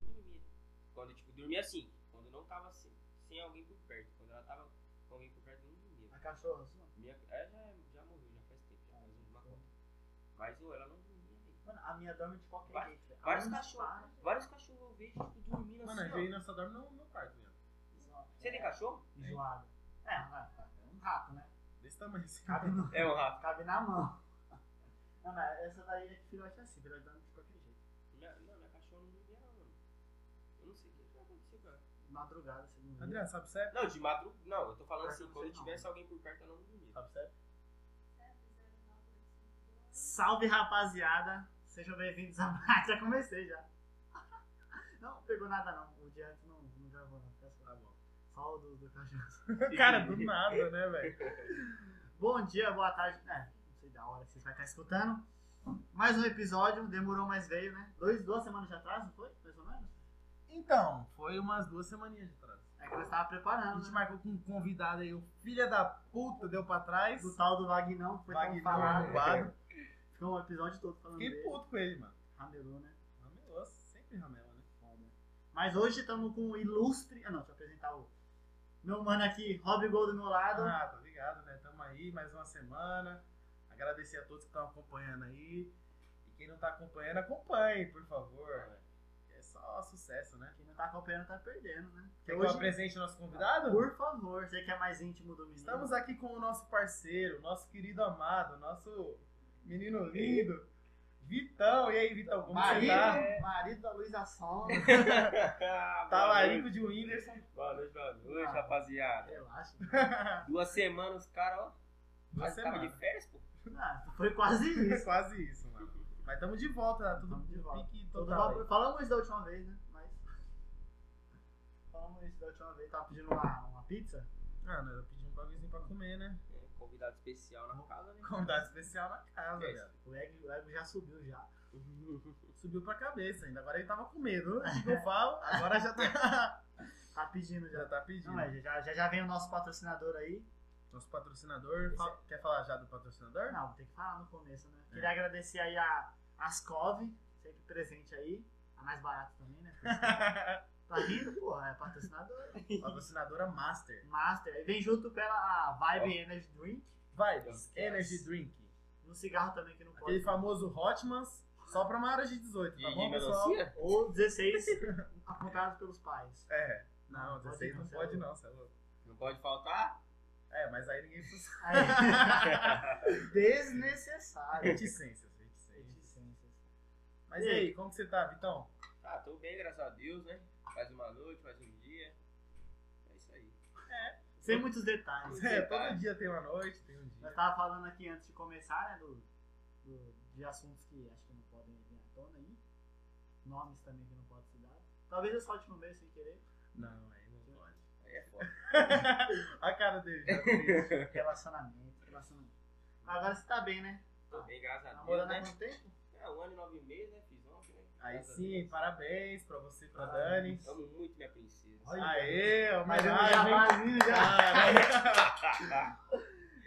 Dormia. Quando, tipo, dormia assim. Quando não tava assim, sem alguém por perto. Quando ela tava com alguém por perto, eu não dormia. A cachorra, assim, ó. Minha, ela já, já morreu, já faz tempo, já faz um, uma conta. Mas eu, ela não dormia, velho. Mano, a minha dorme de qualquer Vai- jeito, velho. vários Aonde cachorros. para, Vários cachorros eu vejo, tipo, dormindo Mano, é a assim, ó. Angelina só dorme no, no quarto mesmo. zoa- Você tem é, cachorro? Zoada. É, vai, vai, é um rato, né? Desse tamanho assim. Cabe no- É um rato. Cabe na mão. Não, mas essa daí é que filhote é assim, filhote dorme de qualquer jeito. Minha, não, minha cachorra não dormia, não, mano. Eu não sei o que que aconteceu com ela. De madrugada, você não vê. Adriano, sabe você é Não, de madrugada. Não, eu tô falando Ah, assim, não quando sei não. tivesse alguém por perto, eu não dormia. Sabe certo? Salve rapaziada, sejam bem-vindos a mais. Já comecei já. Não pegou nada não, o dia antes não, não gravou não. Peço Tá bom. Só o do, do cachorro. Cara, do nada, né, velho? Bom dia, boa tarde. É, não sei da hora que vocês vão estar escutando. Mais um episódio, demorou, mas veio, né? Dois, duas semanas de atrás, não foi? Mais ou menos? Então, foi umas duas semaninhas de trás. É que nós estávamos A preparando. gente Né? marcou com um convidado aí, o filho da puta deu pra trás. Do tal do Vagnão, que foi tão Wagner falado. arrombado. Ficou um episódio todo falando Fiquei dele. puto com ele, mano. Ramelou, né? Ramelou, sempre ramela, né? Mas hoje estamos com o ilustre. Ah, não, deixa eu apresentar o meu mano aqui, Rob Gold do meu lado. Ah, tá ligado, né? Tamo aí, mais uma semana. Agradecer a todos que estão acompanhando aí. E quem não tá acompanhando, acompanhe, por favor. É só sucesso, né? Quem não tá acompanhando tá perdendo, né? Porque Quer que eu hoje, apresente o nosso convidado? por favor, você que é mais íntimo do menino. Estamos aqui com o nosso parceiro, nosso querido amado, nosso menino lindo, Vitão. E aí, Vitão, como você marido, né? tá? marido da Luísa Sonda. Talarico Tá de Whindersson. Tá Boa noite, boa noite, Ah. rapaziada. Relaxa. Duas semanas, os caras, ó. Tá. Duas Mas tava de semanas. férias, pô. Ah, foi quase isso. é Quase isso, mano. Mas estamos de volta, tá tudo Tamo de volta. pique Todo total. vapor. Falamos isso da última vez, né? Mas. Falamos isso da última vez. Tava pedindo uma, uma pizza. Mano, eu pedi um bagulhozinho pra comer, né? É, convidado especial na casa, né? Convidado especial na casa, É. velho. O ego, o ego já subiu já. Tá Subiu pra cabeça ainda. Agora ele tava com medo. O que eu falo, agora já tá, Tá pedindo já já. tá pedindo. Não, é. mas já, já, já vem o nosso patrocinador aí. Nosso patrocinador. fa- é. Quer falar já do patrocinador? Não, tem que falar no começo, É. né? Queria agradecer aí a Ascov, sempre presente aí. A mais barata também, né? Tá rindo, porra, é patrocinador. Patrocinadora Master. Master. Aí vem junto pela a Vibe Energy Drink. Vibes Energy Drink. No cigarro também que não Aquele pode. famoso Hotmans, só pra maiores de 18, tá E bom, rima pessoal? docia? Ou 16, apontado pelos pais. É. Não, Não, 16 não pode não, pode você é não, você é louco. Não pode faltar? É, mas aí ninguém precisa. Aí, desnecessário. Reticências, reticências. Reticências. Mas E e aí? aí, como que você tá, Vitão? Ah, tô bem, graças a Deus, né? Mais uma noite, mais um dia. É isso aí. Sem muitos detalhes. É, tá. todo dia tem uma noite, tem um Nós dia. tava falando aqui antes de começar, né, do, do- de assuntos que acho que não podem vir à tona aí. Nomes também que não pode se dar. Talvez eu solte no meio sem querer. Não, aí não pode. Aí é foda. A cara dele já fez. Relacionamento, relacionamento. Mas agora você tá bem, né? Tô bem, graças Tá a Deus, Namorando né? há quanto tempo? É, um ano e nove meses, né? Fiz ontem, né? Aí Graças a sim, Deus. parabéns pra você e pra Parabéns. Dani. Amo muito minha princesa. Olha. Aê, Mas eu homenagem. Ah, já fazendo já. Caralho.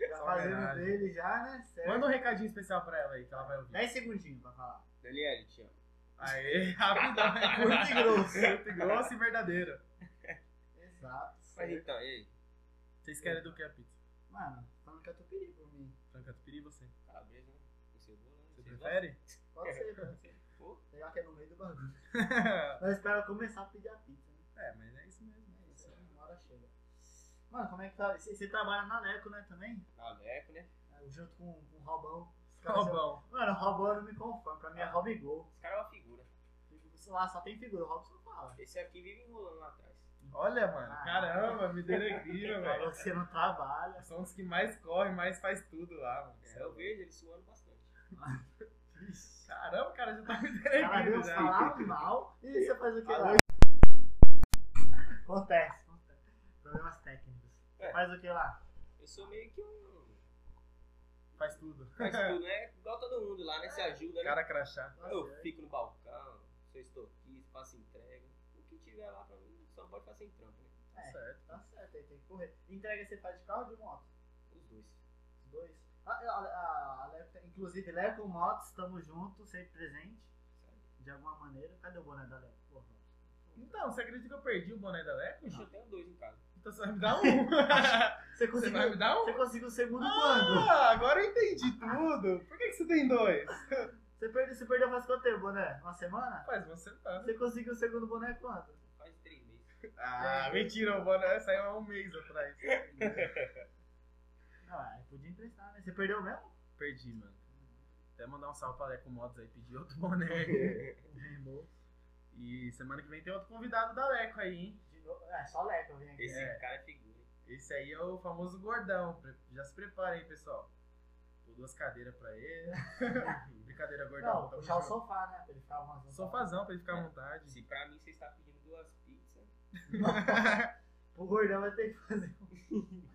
Já Só fazendo homenagem. dele já, né? Certo. Manda um recadinho especial pra ela aí, que ela vai ouvir. 10 segundinhos pra falar. Daniele, te amo. Aê, rapidão. é Curto e grosso. Curto e grosso e verdadeiro. Exato. Mas então, e aí? Vocês querem do que a pizza? Mano, falando que eu tô perigo por mim. Franca Tupiri, você. Calabresa, né? Com cebola, né? Você Vocês prefere? É. Pode ser, pode ser. gostam? Pô, Legal que é no meio do bagulho. é, Mas espero começar a pedir a pizza, né? mas é isso mesmo. É isso, uma hora chega. Mano, como é que tá? Você você trabalha na Leco, né, também? na Leco, né? É, Junto com, com o Robão. Os caras Tá são- bom. Mano, o Robão eu não me conformo. Pra mim é Robigol. Esse cara é uma figura. Sei lá, só tem figura. O Robson fala. Esse aqui vive enrolando lá atrás. Olha, mano. Ah. Caramba, me deu alegria, É. Fala velho. que você não trabalha. São os que mais correm, mais faz tudo lá, mano. É, eu vejo ele suando bastante. Caramba, o cara já tá me O cara delegando veio já. falar mal e você faz o que lá? Alô? Acontece. acontece. Problemas técnicos. É. Faz o que lá? Eu sou meio que um. Faz tudo. Faz tudo, né? Igual todo mundo lá, né? Se ajuda, né? Cara crachá. Eu fico no balcão, sou estoquista, faço entrega. O que tiver lá pra mim, só pode fazer em trampo, né? Tá certo. Tá certo, aí tem que correr. Entrega você faz de carro ou de moto? Os dois. Os dois. Ah, A, a, a Leco, inclusive, Leco Motos, estamos juntos, sempre presente, de alguma maneira. Cadê o boné da Leco? Porra. Então, você acredita que eu perdi o boné da Leco? Ixi, eu tenho dois em casa. Então você vai me dar um. Você você conseguiu, vai me dar um? você conseguiu o segundo quando? Ah, agora eu entendi tudo. Por que, que você tem dois? Você perdeu, você perdeu faz quanto tempo, boné? Uma semana? Mas você tá. Você conseguiu o segundo boné quando? Faz três meses. Ah, mentira, o boné saiu há um mês atrás. Ah, eu podia emprestar, né? Você perdeu mesmo? Perdi, mano. Até mandar um salve pra Leco Motos aí, pedir outro boné. Um reembolso. e semana que vem tem outro convidado da Leco aí, hein? De novo? É, só Leco, eu vim aqui. Esse É. cara é figura. Esse aí é o famoso gordão. Pre- Já se prepara aí, pessoal. Tô duas cadeiras pra ele. Brincadeira, gordão. Não, tamo puxar o junto. sofá, né? Pra ele ficar arrumando o sofá. Sofazão pra ele ficar à É. vontade. Se pra mim você está pedindo duas pizzas, O gordão vai ter que fazer um,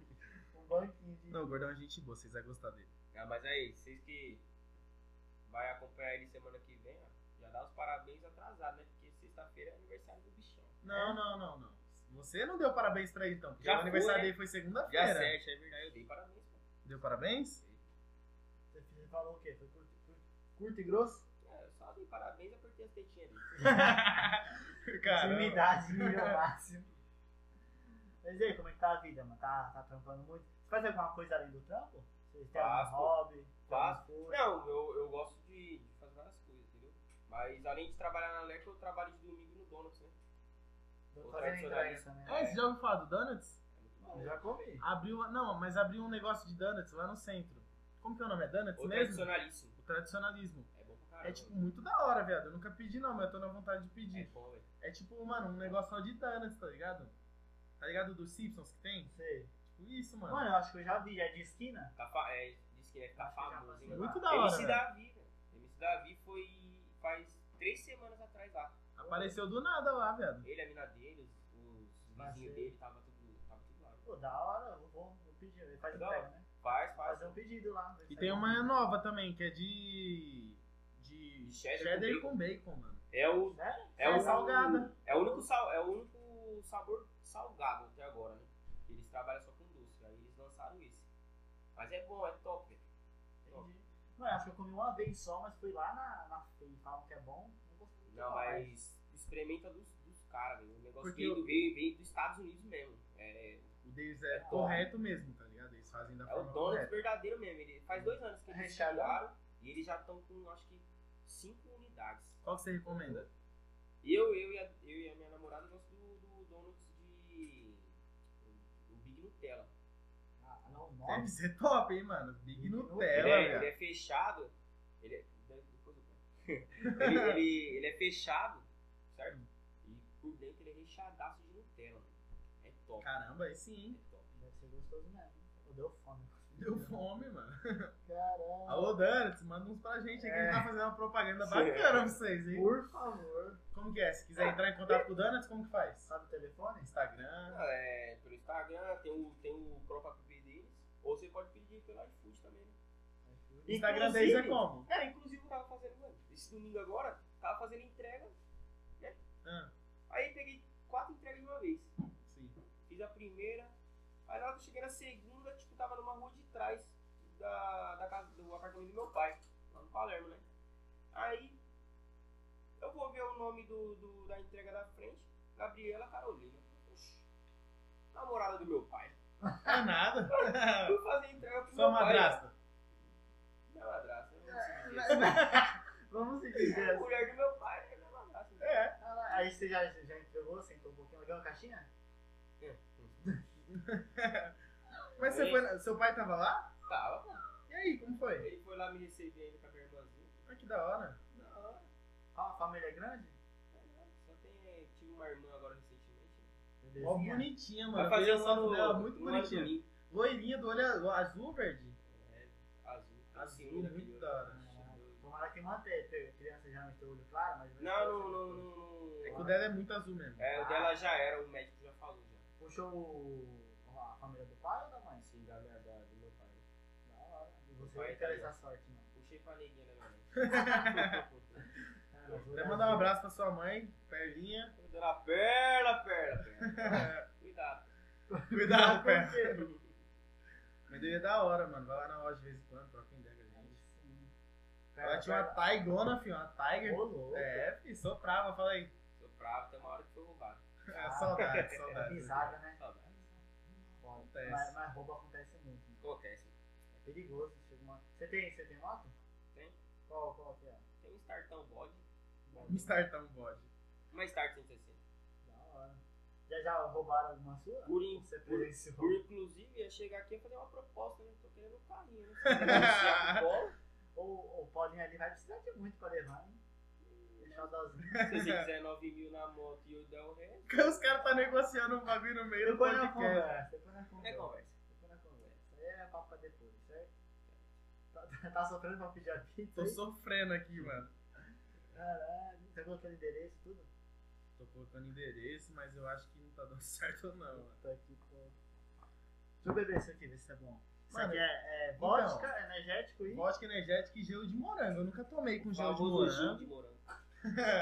um banquinho de. Não, o gordão é gente boa, vocês vão gostar dele. Ah, mas aí, vocês que vai acompanhar ele semana que vem, ó, já dá os parabéns atrasado, né? Porque sexta-feira é aniversário do bichão. Não, não, não, não. Você não deu parabéns pra ele, então. Porque Já o foi, aniversário né? dele foi Dia segunda-feira. 7, é verdade, eu dei parabéns, pô. Deu parabéns? Você falou o quê? Foi curto, curto, curto e grosso? É, eu só dei parabéns e apertei as tetinhas dele. Cara, Intimidade nível máximo. Mas e aí, como é que tá a vida, mano? Tá, tá trampando muito? Você faz alguma coisa além do trampo? Você tem algum Faço. hobby? Tem alguma Faço. coisa? Não, eu, eu gosto de, de fazer várias coisas, entendeu? Mas além de trabalhar na Leco, eu trabalho de domingo no Donuts, né? Tô O fazendo entrega tradicionalista. também. é, você já ouviu falar do Donuts? É muito Mano, bom. já comi. Abriu, não, mas abriu um negócio de Donuts lá no centro. Como que é o nome? É Donuts O mesmo? tradicionalíssimo. O tradicionalismo. É bom pra caramba. É tipo muito da hora, viado. Eu nunca pedi não, mas eu tô na vontade de pedir. É bom, velho. É tipo, mano, um negócio só de donuts, tá ligado? Tá ligado dos Simpsons que tem? Não sei. Tipo isso, mano. Mano, eu acho que eu já vi, já é de esquina. Tá fa... é, diz que né, tá Acho que já famoso, hein, passei. mano? Muito da hora, MC velho. Davi, velho. MC Davi foi faz três semanas atrás lá. Apareceu do nada lá, viado. Ele, a mina dele, os, os Parceiro. é. vizinhos dele, tava tudo, tava tudo lá. Pô, da hora, eu vou, vou pedir. Ele faz Da entrega, hora. né? Faz, Vou faz. Fazer um pedido lá. ver se E sai tem bom. uma nova também, que é de. De cheddar, Cheddar com, bacon. mano. É o, Sério? é o, Sai salgada. é o único sal, é o único sabor salgado até agora, né? Eles trabalham só com doce, aí eles lançaram esse. Mas é bom, é top. velho. Entendi. Mano, acho que eu comi uma vez só, mas fui lá na, na feira e falam que é bom. Não gostei muito Não, mas experimenta dos, dos caras, velho. O negócio Porque veio, eu- veio, veio dos Estados Unidos mesmo. É, O deles é É bom. correto mesmo, tá ligado? Eles fazem da É o forma Donuts correta. verdadeiro mesmo. Ele faz dois anos que eles Recheado. chegaram e eles já estão com acho que cinco unidades. Qual que você recomenda? É Eu, eu, e, a, eu e a minha namorada gosto do, do Donuts de. O Big Nutella. Ah, não, o Deve nome? ser top, hein, mano. Big Big Nutella, Ele é, ele velho. é fechado. Ele é. depois eu conto. ele, ele- ele é fechado, certo? E por dentro ele é recheadaço de Nutella, mano. É top. Caramba, aí sim. É top. Deve ser gostoso mesmo. Pô, deu fome. Deu fome, mano. Caramba. Alô, Donuts, manda uns pra gente aí que a É. gente tá fazendo uma propaganda Sim. bacana pra vocês, hein? Por favor. Como que é? Se quiser entrar em contato com o Donuts, como que faz? Sabe o telefone? Instagram. Ah, É, pelo Instagram, tem o, tem um o próprio app deles. Ou você pode pedir pelo iFood também, né? Instagram Inclusive- deles é como? Cara, inclusive eu tava fazendo, mano, esse domingo agora, tava fazendo entrega, né? Ah, aí peguei quatro entregas de uma vez. sim. Fiz a primeira, aí na hora que eu cheguei na segunda, tipo, tava numa rua de trás da, da casa, do apartamento do meu pai, lá no Palermo, né? Aí eu vou ver o nome do, do- da entrega da frente, Gabriela Carolina. Oxi, namorada do meu pai. É nada. Fui fazer entrega pro Só então, meu pai. madrasta. Minha madrasta, eu não sei dizer. Vamos se dizer A assim. mulher do meu pai é minha madrasta. É. Ah, lá, Aí você já, já entregou, sentou um pouquinho, ganhou uma caixinha? Mas você foi na- seu pai tava lá? Tava, E aí, como foi? Ele foi lá me receber ainda com a minha irmãzinha. Ah, que da hora. Da hora. Ah, a família é grande? tá? Só tem, tive uma irmã agora recentemente. Belezinha. Ó, bonitinha, mano. Vai Eu peguei fazer um a só foto no dela, muito no lado do bonitinha. Ninho. Loirinha do olho azul- azul, verde. Azul. tá assim, Tem Azul, ciúme daquele muito olho. da hora. Tomara que manter, porque criança geralmente tem o olho claro, mas... Não, não, não, não, É que não. o dela é muito azul mesmo. É, o dela já era, o médico já falou já. Puxou o- a família do pai ou da mãe? Assim, da minha da, do meu pai. Da hora. E você Vai, vai ter tá essa sorte, não. Puxei pra neguinha da minha mãe. Cara, Até mandar um abraço pra sua mãe, Perlinha. Dando a perna, perna, perna. Cuidado. Cuidado, Cuidado, Perla. porque- Amendoim é da hora, mano. Vai lá na loja de vez em quando, troca uma ideia com a gente. Ela tinha uma Tigrona, filho, uma Tiger. Rolou. É, filho, soprava, falei. Sou bravo, tem uma hora que foi roubado. Ah, saudade, É saudade. pisada, né? Saudade. Foda. Acontece. Mas, mas roubo acontece muito. né? Acontece. É perigoso. Chega uma... Você tem, você tem moto? Tem. Qual, qual que é? Tem um startão bode, Uhum. Me startar um bode. uma start 160. Da hora. Já já roubaram alguma sua? Por, in, Você por, presenciou. por inclusive, ia chegar aqui e fazer uma proposta, né? Tô querendo um carrinho, né? Negociar com o Polo. O, o Paulinho ali vai precisar de muito pra levar, hein? Deixar o dozinho. Se você quiser 9 mil na moto e eu der o resto, Os caras tá negociando um bagulho no meio do Depois na podcast. conversa. Depois na é conversa. conversa. Depois na conversa. Aí é papo pra depois, certo? Tá, tá- tá sofrendo pra pedir a pizza? Tô aí? sofrendo aqui, mano. Caralho. Você colocou o endereço e tudo? Tô colocando endereço, mas eu acho que não tá dando certo, não, mano. Puta que pariu. Deixa eu beber isso aqui, ver se tá bom. Isso Mano, aqui é, é então. vodka, energético e... Vodka energética e gelo de morango. Eu nunca tomei Um com gelo de Famoso gin de morango. É. morango.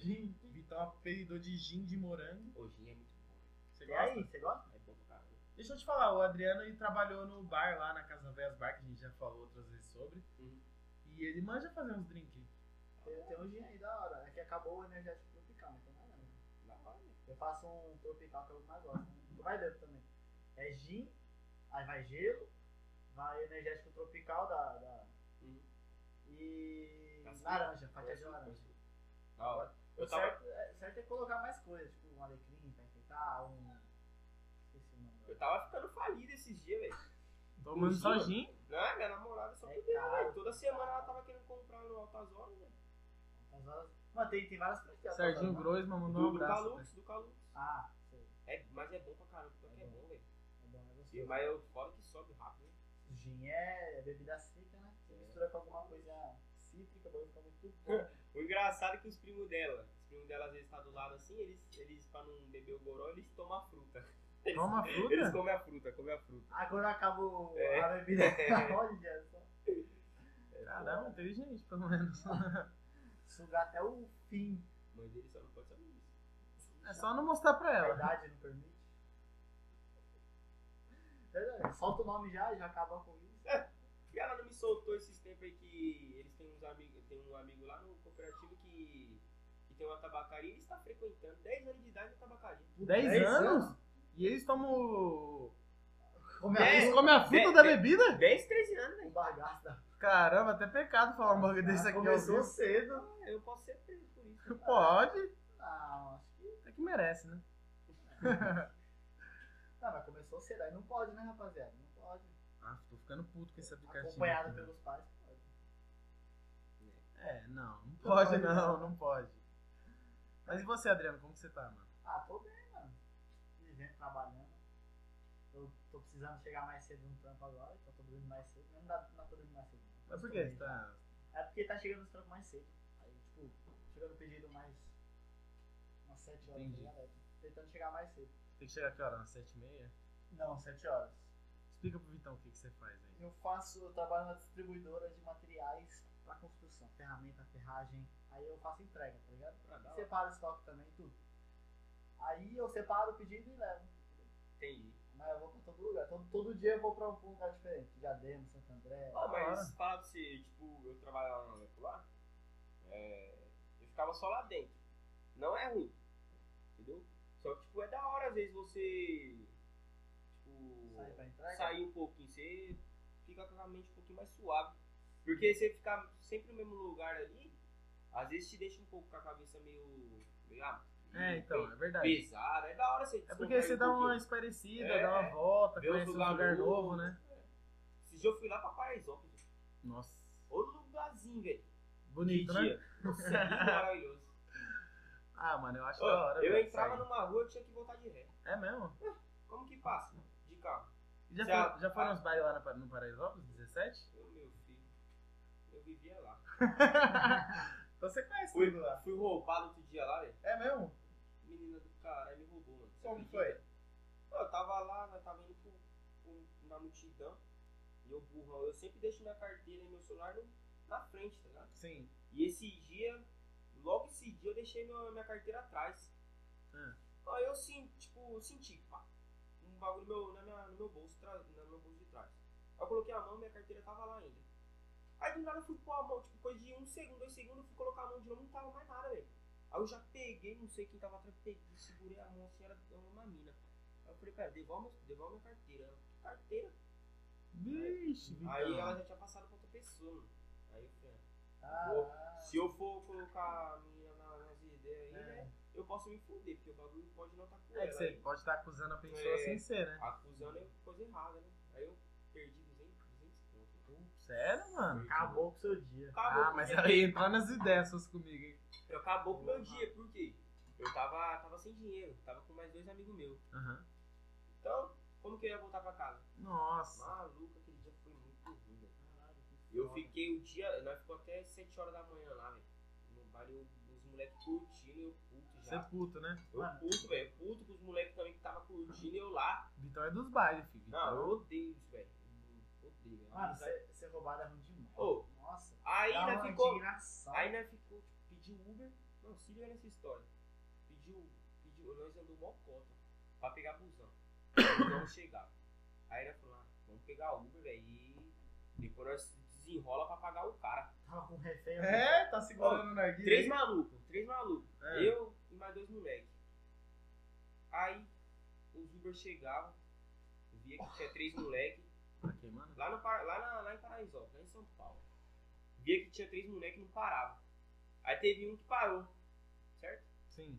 Gin. Vitão um apelidou de gin de morango. O gin é muito bom. Você E gosta? aí, você gosta? É bom pra caramba. Deixa eu te falar, o Adriano ele trabalhou no bar lá na Casa Velhas Bar, que a gente já falou outras vezes sobre. Uhum. E ele manja fazer uns drinks. Tem, tem um gin aí da hora. É que acabou o energético tropical, mas tem mais nada. Na hora, né? Eu faço um tropical que eu mais gosto. Né? Tu vai dentro também. É gin, aí vai gelo, vai energético tropical da. da- Uhum. E. Tá certo. laranja, fatia de laranja. Na hora. O Eu tava- certo, é, certo é colocar mais coisas, tipo um alecrim pra enfeitar, um. Esqueci o nome. Eu tava ficando falido esses dias, velho. Tomando só gin? gin? Não, minha namorada só É bebeu, velho. caro. Toda semana ela tava querendo comprar no né? Altazona, velho. Mas elas- Mano, tem, tem várias coisas. que elas Serginho fazem, né? Groisman mandou um Do, do abraço. Calux, do Calux. Ah, sei. É, mas é bom pra caramba, porque é bom, velho. É bom, é E- gostoso. Mas eu fora que sobe rápido, né? Gin é bebida seca, né? Você É. mistura com alguma coisa cítrica, vai ficar muito bom. O engraçado é que os primos dela, os primos dela às vezes tá do lado assim, eles, eles pra não beber o goró, eles tomam a fruta. Eles, Toma eles fruta? comem a fruta, comem a fruta. Agora acabou É. a bebida. Olha é só. Caramba, Ah, inteligente, pelo menos. Sugar até o fim. Mãe dele só não pode saber disso. É só não mostrar pra A ela. idade não permite. Verdade, Solta o nome já, já acaba com isso. E ela não me soltou esses tempos aí que eles têm uns amigos, tem um amigo lá no cooperativo que, que tem uma tabacaria e ele está frequentando 10 anos de idade na tabacaria. 10 Dez anos? E eles tomam. o- Come É. Eles a comem a fruta Dez- da dez- bebida? 10, 13 anos, né? com velho. bagaço da Caramba, até pecado falar um bagulho desse aqui. ao Começou vivo. cedo. É, Eu posso ser preso por isso. né? Pode, Não, acho que. até que merece, né? Não, mas começou cedo. Aí não pode, né, rapaziada? Não pode. Ah, tô ficando puto com esse aplicativo. Acompanhado aqui, né? pelos pais, pode. É, não, não pode pode, não, não. não pode. Mas e você, Adriano, como que você tá, mano? Ah, tô bem, mano. Vivendo, trabalhando. Eu tô precisando chegar mais cedo no trampo agora, então tô dormindo mais cedo. Mas não dá não dá pra dormir mais cedo. não. Mas por que você tá. É porque tá chegando os trampos mais cedo. Aí, tipo, chegando o pedido mais. umas 7 horas, Entendi. tá ligado? Tentando chegar mais cedo. Tem que chegar aqui, hora? Umas 7h30? Não, 7 horas. Explica pro Vitão o que, que você faz aí. Eu faço, eu trabalho na distribuidora de materiais pra construção, ferramenta, ferragem. Aí eu faço entrega, tá ligado? Ah, da hora. Separo o estoque também, tudo. Aí eu separo o pedido e levo. Entendi. Mas eu vou pra todo lugar. Todo, todo dia eu vou pra um lugar diferente. Diadema, Santo André. Ah, mas hora. fala pra você, tipo, eu trabalhava lá no Molecular, é, eu ficava só lá dentro. Não é ruim, entendeu? Só que, tipo, é da hora às vezes você, tipo, Sai pra entrega. sair um pouquinho, você fica com a mente um pouquinho mais suave. Porque você ficar sempre no mesmo lugar ali, às vezes te deixa um pouco com a cabeça meio, meio ah, É, então, é verdade. pesada. É da hora você um É porque você dá uma esparecida, É, dá uma volta, vê uns conhece um lugar lugar novo. novo, né? Se eu fui lá pra Paraisópolis, Nossa. outro lugarzinho, velho. Bonito, que né? dia. Nossa, que maravilhoso. Ah, mano, eu acho Ô, da hora. eu velho, entrava sair. numa rua e tinha que voltar de ré. É mesmo? Como que passa? De carro. E já, Já- foi, já foi nos bailes lá na Pa- no Paraisópolis, 17? Eu, meu filho, eu vivia lá. então você é conhece Fui, tudo lá. fui roubado outro dia lá, velho. É mesmo? Menina do caralho me roubou, mano. Você Como acredita? foi? Não, Eu tava lá, nós tava indo pro, pro- na multidão. E eu burrão, eu sempre deixo minha carteira e meu celular no- na frente, tá ligado? Sim. E esse dia, logo esse dia eu deixei minha, minha carteira atrás. Ah. Aí eu senti, tipo, eu senti, pá, um um bagulho no meu, na minha- no meu bolso, tra- na- no meu bolso de trás. Aí eu coloquei a mão, minha carteira tava lá ainda. Aí do nada eu fui pôr a mão, tipo, coisa de um segundo, dois segundos, eu fui colocar a mão de novo, não tava mais nada, velho. Aí eu já peguei, não sei quem tava atrás, peguei, segurei a mão assim, era uma mina. Aí eu falei, cara, devolve, devolve minha carteira. Ela, que carteira? Vixe, então. Aí Vitão. ela já tinha passado pra outra pessoa, mano. Aí eu falei, ah, Ah, se eu for colocar a menina na- nas ideias aí, É. né, eu posso me fuder, porque o bagulho pode não estar tá com é que ela. você aí. pode estar acusando a pessoa É. sem ser, né? Acusando é coisa errada, né? Aí eu perdi 200, 200 pontos. Sério, mano? Acabou com o seu dia. Acabou Ah, com mas o meu ela ia entrar nas ideias suas comigo, hein? dia. Acabou com o meu dia, por quê? Eu tava, tava sem dinheiro, tava com mais dois amigos meus. Aham. Então, como que eu ia voltar pra casa? Nossa. Maluco, aquele dia foi muito ruim, velho. Caralho, que Eu foda. fiquei o dia, nós ficou até 7 horas da manhã lá, velho. No baile, eu- os moleques curtindo, eu puto Você é já. puto, né? Eu Mano. puto, velho. Puto com os moleques também que tava curtindo, eu lá. Vitão é dos bailes, filho. Não, Vitão. eu odeio isso, velho. Eu Odeio, velho. Mano, ser ser roubado é ruim demais. Ô, Nossa. Aí dá nós uma ficou. indignação. Aí nós ficou, tipo, pediu Uber. Não, se liga nessa história. Pediu, pediu, nós andou mó cota pra pegar busão. Vamos chegar. Aí nós falou, ah, vamos pegar Uber, velho, e depois nós desenrola pra pagar o cara. Tava com um refém. né? É, tá segurando o narguilha. Três aí. malucos, três malucos. É. Eu e mais dois moleques. Aí os Uber chegavam, via que tinha três moleques. Tá queimando? Lá, no, Par- lá, na- lá em Paraisópolis, lá em São Paulo. Via que tinha três moleques e não parava. Aí teve um que parou, certo? Sim.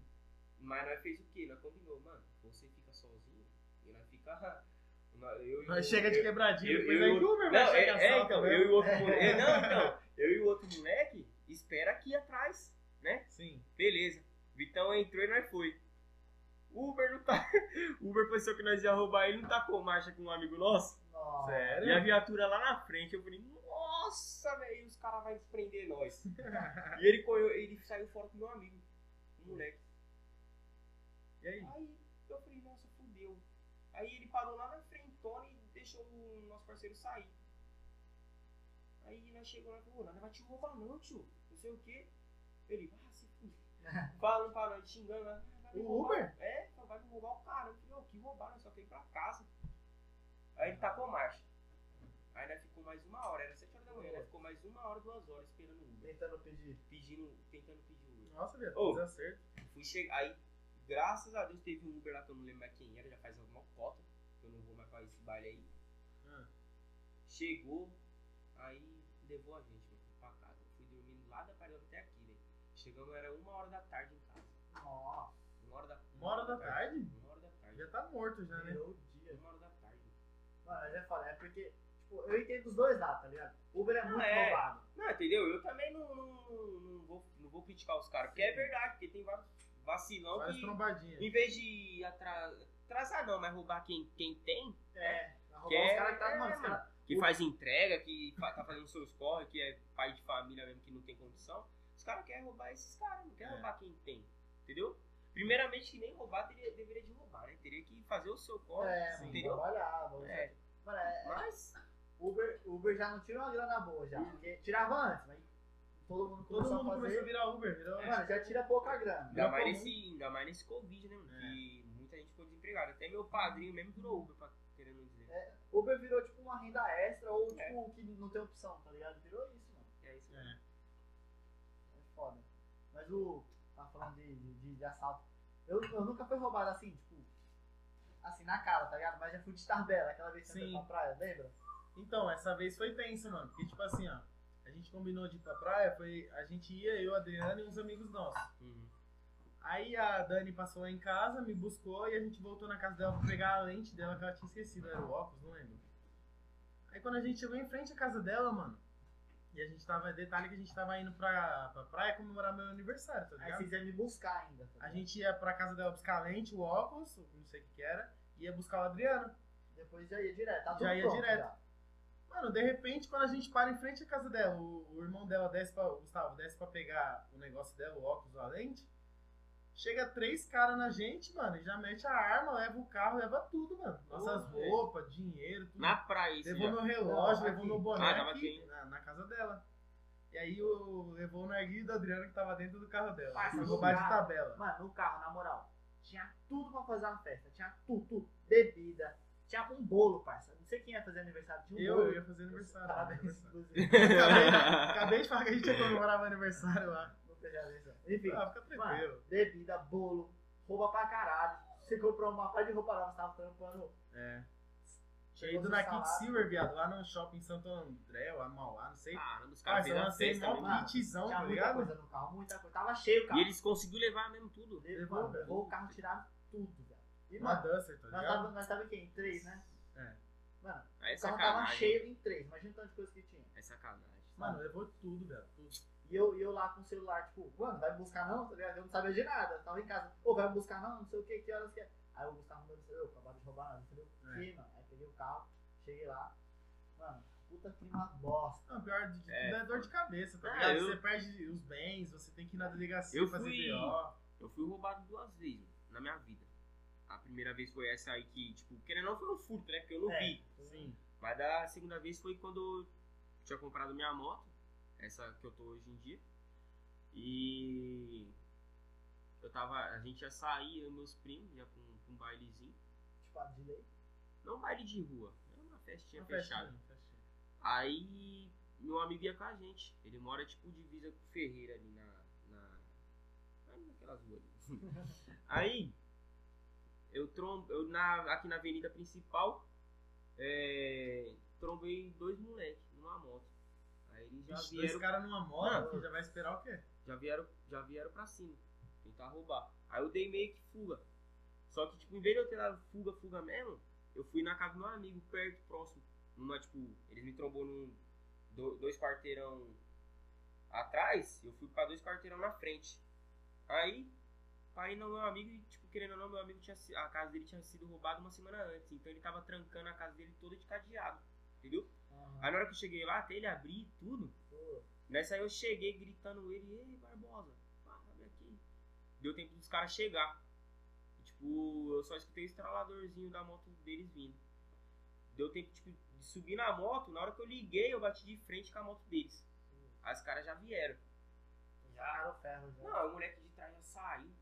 Mas nós fez o quê? Nós combinou, mano, você fica sozinho e nós fica. nós- Eu, e o- Mas chega de eu- quebradinha, eu- depois eu- aí que o Uber Não, vai é, chegar é, só, então, né? eu e o outro moleque. Não, então, eu e o outro moleque espera aqui atrás. é, Sim. Beleza. Vitão entrou e nós foi. O Uber não tá. o Uber pensou que nós ia roubar ele, não tacou marcha com um amigo nosso. Nossa. E a Sério? viatura lá na frente, eu falei, nossa, velho, os caras vão prender nós. e ele, correu, ele saiu fora com meu amigo, o moleque. E aí? Aí eu falei, nossa, fudeu. Aí ele parou lá na frente, Tony, e deixou o nosso parceiro sair. Aí nós chegou lá e falou, "Ô, nós não vai te roubar não, tio, não sei o quê. Ele, ah, se fuder. Falando pra nós, xingando lá. "Ah, vai me O roubar." Uber? É, então vai me roubar o cara. Eu falei, ô, que roubar, nós só quer ir pra casa. Aí ele tacou marcha. Aí nós ficou mais uma hora, era 7 horas da manhã, nós ficou mais uma hora, duas horas esperando o Uber, Tentando pedir. pedindo, tentando pedir o Uber. Nossa, Vitor, Ô. desacerto. Fui chegar. Aí, graças a Deus, teve um Uber lá que eu não lembro mais quem era, já faz alguma cota. que Eu não vou mais pra esse baile aí. Ah. Chegou, aí levou a gente mano, pra casa. Fui dormindo lá da Paredão até aqui, né? Chegamos, era uma hora da tarde em casa. Nossa. Uma hora da, Uma hora da tarde? Uma hora da tarde. Já tá morto já, né? Virou o dia. Uma hora da tarde. Mano, eu já falei, é porque, tipo, eu entendo os dois lados, tá ligado? Uber é Não, muito é. roubado. Não, entendeu? Eu também não, não, não vou, não vou criticar os caras, porque é verdade, porque tem vários vacilão Várias que, trombadinhas. em vez de atra- atrasar não, mas roubar quem, quem tem, É. Vai roubar Que os é- caras que tá, é, mano, os mano. caras. que faz entrega, que fa- tá fazendo seus corre, que é pai de família mesmo, que não tem condição, os caras querem roubar esses caras, não querem É. roubar quem tem, entendeu? Primeiramente, que nem roubar teria, deveria de roubar, né? Teria que fazer o seu corre, É, mano, entendeu? trabalhar, vamos É. Mano, é, Mas, Uber, Uber já não tira uma grana boa já. Porque tirava antes, mas todo mundo Todo começou mundo a fazer. começou a virar Uber, virou. Mano, já tira pouca grana. ainda Virou mais, comum. nesse, ainda mais nesse Covid, né, mano? É. Que muita gente ficou desempregada. Até meu padrinho mesmo virou Uber, pra, querendo dizer. Uber virou tipo uma renda extra ou É. tipo que não tem opção, tá ligado? Virou isso, mano. É isso É. É foda. Mas o. Tá falando de, de, de assalto. Eu, eu nunca fui roubado assim, tipo. Assim, na cara, tá ligado? Mas já fui de Starbella, aquela vez que eu Sim. fui pra praia, lembra? Então, essa vez foi tenso, mano. Porque, tipo assim, ó. A gente combinou de ir pra praia, foi, a gente ia, eu, Adriano e uns amigos nossos. Uhum. Aí a Dani passou lá em casa, me buscou e a gente voltou na casa dela pra pegar a lente dela que ela tinha esquecido, era o óculos, não lembro. Aí quando a gente chegou em frente à casa dela, mano, e a gente tava, detalhe que a gente tava indo pra, pra praia comemorar meu aniversário, tá Aí ligado? vocês iam me buscar ainda. tá A ligado? gente ia pra casa dela buscar a lente, o óculos, não sei o que que era, e ia buscar o Adriano. Depois já ia direto. Tá Já tudo ia pronto, direto. já. Mano, de repente, quando a gente para em frente à casa dela, o, o irmão dela desce pra. O Gustavo desce pra pegar o negócio dela, o óculos, a lente. Chega três caras na gente, mano, e já mete a arma, leva o carro, leva tudo, mano. Nossas Porra, velho. roupas, dinheiro, tudo. Na praia, isso levou já. meu relógio, Não, levou aqui. meu Ah, boné tava aqui, aqui. na, na casa dela. E aí o, levou o narguilho do Adriano que tava dentro do carro dela. Ah, foi sim, roubar de cara. tabela. Mano, no carro, na moral. Tinha tudo pra fazer uma festa. Tinha tudo, tudo. Bebida. Tinha um bolo, parça. Não sei quem ia fazer aniversário. Tinha um Eu, bolo. eu ia fazer aniversário. Parabéns, aniversário. inclusive. acabei, acabei de falar que a gente ia comemorar o aniversário lá. Nunca já vi isso. Enfim, Ah, fica tranquilo. bebida, bolo, roupa pra caralho. Você comprou uma par de roupa lá, você tava trampando. É. Chegou Tinha ido no na salário. Kid Silver, viado, lá no shopping Santo André, lá no Mauá, não sei. Caramba, os caras Parça, eu fizeram lancei Ah, festa mesmo. mó mano. kitzão, Tinha tá muita ligado? coisa no carro, muita coisa. Tava cheio o carro. E eles conseguiram levar mesmo tudo. É Levou, Levou, levou o carro, tiraram tudo, velho. E, Uma mano, dancer, tá nós ligado? tava, nós tava em quem? Em três, né? É. Mano, Aí é o carro tava sacanagem. cheio em três. Imagina o tanto de coisa que tinha. É sacanagem. Mano, levou tudo, velho. Tudo. E eu, e eu lá com o celular, tipo, mano, vai me buscar não? Tá ligado? Eu não sabia de nada. Eu tava em casa. Ô, vai me buscar não? Não sei o que, que horas que é. Aí o Gustavo mandou dizer, eu acabava de roubar nada. Eu falei, É. o quê, mano? Aí peguei o carro, cheguei lá. Mano, puta clima bosta. Não, pior de tudo É. é dor de cabeça, tá Ah, ligado? eu- Você perde os bens, você tem que ir na delegacia Eu fazer fui- BO. Eu fui roubado duas vezes mano, na minha vida. A primeira vez foi essa aí que, tipo, querendo ou não foi um furto, né? Porque eu não É. vi. Sim. Mas da segunda vez foi quando eu tinha comprado minha moto, essa que eu tô hoje em dia. E eu tava. A gente ia sair, eu e meus primos, ia pra um, pra um bailezinho. Tipo, a delay. Não baile de rua, era uma festinha Uma fechada. festinha, festinha. Aí meu amigo ia com a gente. Ele mora tipo divisa com Ferreira ali na. na ali naquelas ruas ali. Aí eu trombo. Eu na, aqui na avenida principal é, trombei dois moleques numa moto. Aí eles já Vixe, dois vieram. caras numa moto, que já vai esperar o quê? Já vieram, já vieram pra cima. Tentar roubar. Aí eu dei meio que fuga. Só que, tipo, em vez de eu ter dado fuga, fuga mesmo, eu fui na casa do meu amigo, perto, próximo. Numa, tipo, eles me trombou num. do- dois quarteirão atrás, eu fui pra dois quarteirão na frente. Aí, aí não, meu amigo, e, tipo, querendo ou não, meu amigo tinha si- a casa dele tinha sido roubada uma semana antes. Então ele tava trancando a casa dele toda de cadeado. Entendeu? Aí na hora que eu cheguei lá, até ele abrir e tudo, Pô, Nessa aí eu cheguei gritando ele, ei Barbosa, pá, abre aqui. Deu tempo dos caras chegar. E, tipo, eu só escutei o estraladorzinho da moto deles vindo. Deu tempo tipo, de subir na moto, na hora que eu liguei, eu bati de frente com a moto deles. Aí os caras já vieram. Cara, o ferro já. Não, o moleque de trás já saiu.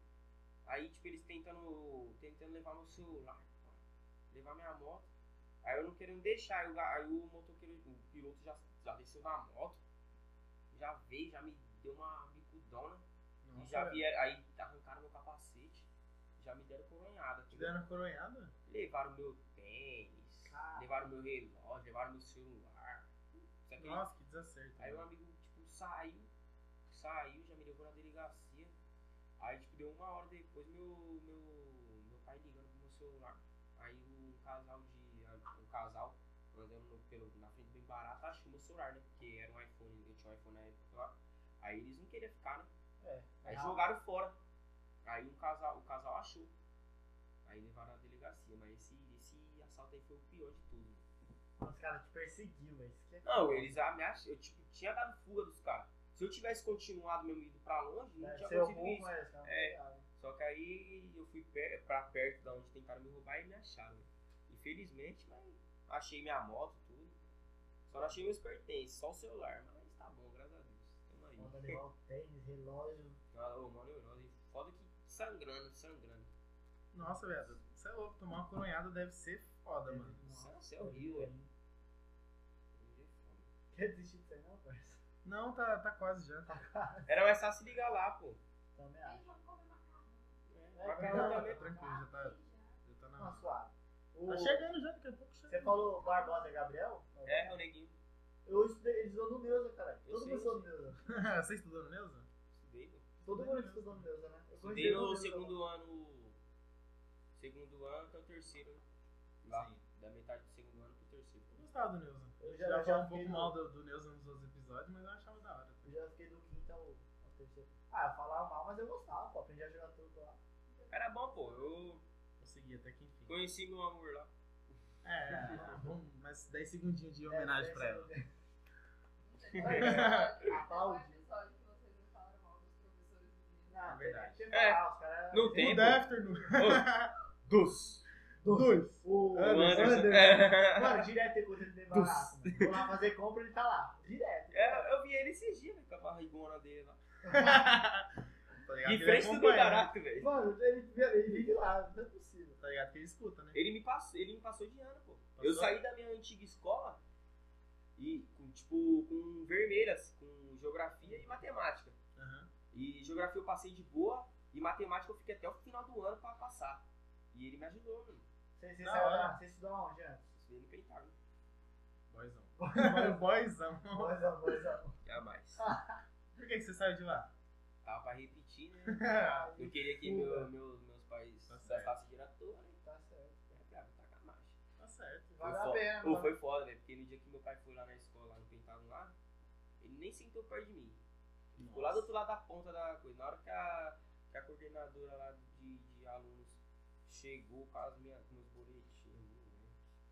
Aí, tipo, eles tentando, tentando levar meu celular, pá, levar minha moto. Aí eu não querendo deixar, aí o ga- aí o motoqueiro, o piloto já, já desceu da moto, já veio, já me deu uma bicudona. e já velho. vieram, aí arrancaram meu capacete, já me deram coronhada. Te deram coronhada? Levaram meu tênis, Cara. levaram meu relógio, levaram meu celular. Isso aqui- Nossa, que desacerto. Aí um mano. amigo, tipo, saiu, saiu, já me levou na delegacia. Aí, tipo, deu uma hora depois, meu, meu, meu pai ligando pro meu celular. Aí um casal de. Um casal andando no- pelo, na frente bem barato, achou meu celular, né? Porque era um iPhone, eu tinha um iPhone na época lá. Aí eles não queriam ficar, né? É. Aí Ah. jogaram fora. Aí um casal, o casal achou. Aí levaram na delegacia, mas esse, esse assalto aí foi o pior de tudo. Os caras te perseguiu, velho. Isso que é Não, eles ameaçam. Eu tipo, tinha dado fuga dos caras. Se eu tivesse continuado mesmo ido pra longe, não Deve tinha ser o acontecido rumo, isso. mas não É. ligado. Só que aí eu fui per pra perto da onde tentaram me roubar e me acharam. Infelizmente, mas achei minha moto, tudo. Só não achei meus pertences, só o celular. Mas tá bom, graças a Deus. Tamo aí. Manda levar o tênis, relógio. Ah, ô, mano, neurose. Foda que sangrando, sangrando. Nossa, velho, você é louco, tomar uma coronhada deve ser foda, mano. Isso é- isso é horrível, velho. Quer desistir disso aí não, parça? Não, tá, tá quase já. Era mais fácil ligar lá, pô. Também acho. É, É, pra Tá, mim calma. tá também. tranquilo, já tá, já tá na Não, hora. suave. O- Tá chegando já, daqui a pouco Você chega. falou Barbosa e Gabriel? É, meu neguinho. Eu estudei, eles estudam no Neuza, cara. Eu Todo sei, mundo eu estudou no Neuza. você estudou no Neuza? Estudei, pô. Todo mundo estudou no Neuza, né? Eu Estudei conheci no Neuza. segundo ano. Segundo ano até o terceiro. né? Lá. Sim. Da metade do segundo ano pro terceiro. Eu gostava do Neuza. Eu já, Já já, falava um fiquei pouco do- mal do, do Neuza nos outros episódios, mas eu achava da hora. Eu já fiquei do quinto ao, ao terceiro. Ah, eu falava mal, mas eu gostava, pô. Aprendi a jogar tudo lá. Era bom, pô. Eu Consegui até que enfim. conheci meu amor lá. É, é, é bom, mas 10 segundinhos de homenagem É, pra ela. Aplaudir. Não. Não, verdade. Tem que falar, os caras... Não tem, Muda pô. afternoon. Dos. Dois. O... O Anderson. Anderson. É, Mano, direto tem coisa de barato, mano. Vou lá fazer compra, ele tá lá. Direto. É, eu vi ele esses dias, né? Com a barrigona dele lá. tá ligado? Ele Diferente do meu acompanha, né? barato, velho. Mano, ele, ele vive lá, não é possível. Tá ligado? Que ele escuta, né? Ele me passou, ele me passou de ano, pô. Eu Passou? saí da minha antiga escola e com, tipo, com vermelhas, com geografia e matemática. Aham. E geografia eu passei de boa e matemática eu fiquei até o final do ano pra passar. E ele me ajudou, mano. Você, você, Da saiu hora. da- você estudou aonde antes? Isso é veio no Pentágono. Boyzão. Boy- Boyzão. Boizão, boizão. Jamais. Por que, que você saiu de lá? Tava pra repetir, né? Eu queria que meu, Fuga. meu, meus pais Tá certo. gastassem dinheiro à toa, né? Tá certo. Eu falei, ah, vou tacar marcha. Tá certo. Vale Foi a foda. pena, Pô, mano. foi foda, velho. Porque no dia que meu pai foi lá na escola, lá no Pentágono lá, ele nem sentou perto de mim. Ele ficou Tipo, lá do outro lado da ponta da coisa. Na hora que a, que a coordenadora lá de, de alunos chegou com, as minhas, com meus boletins,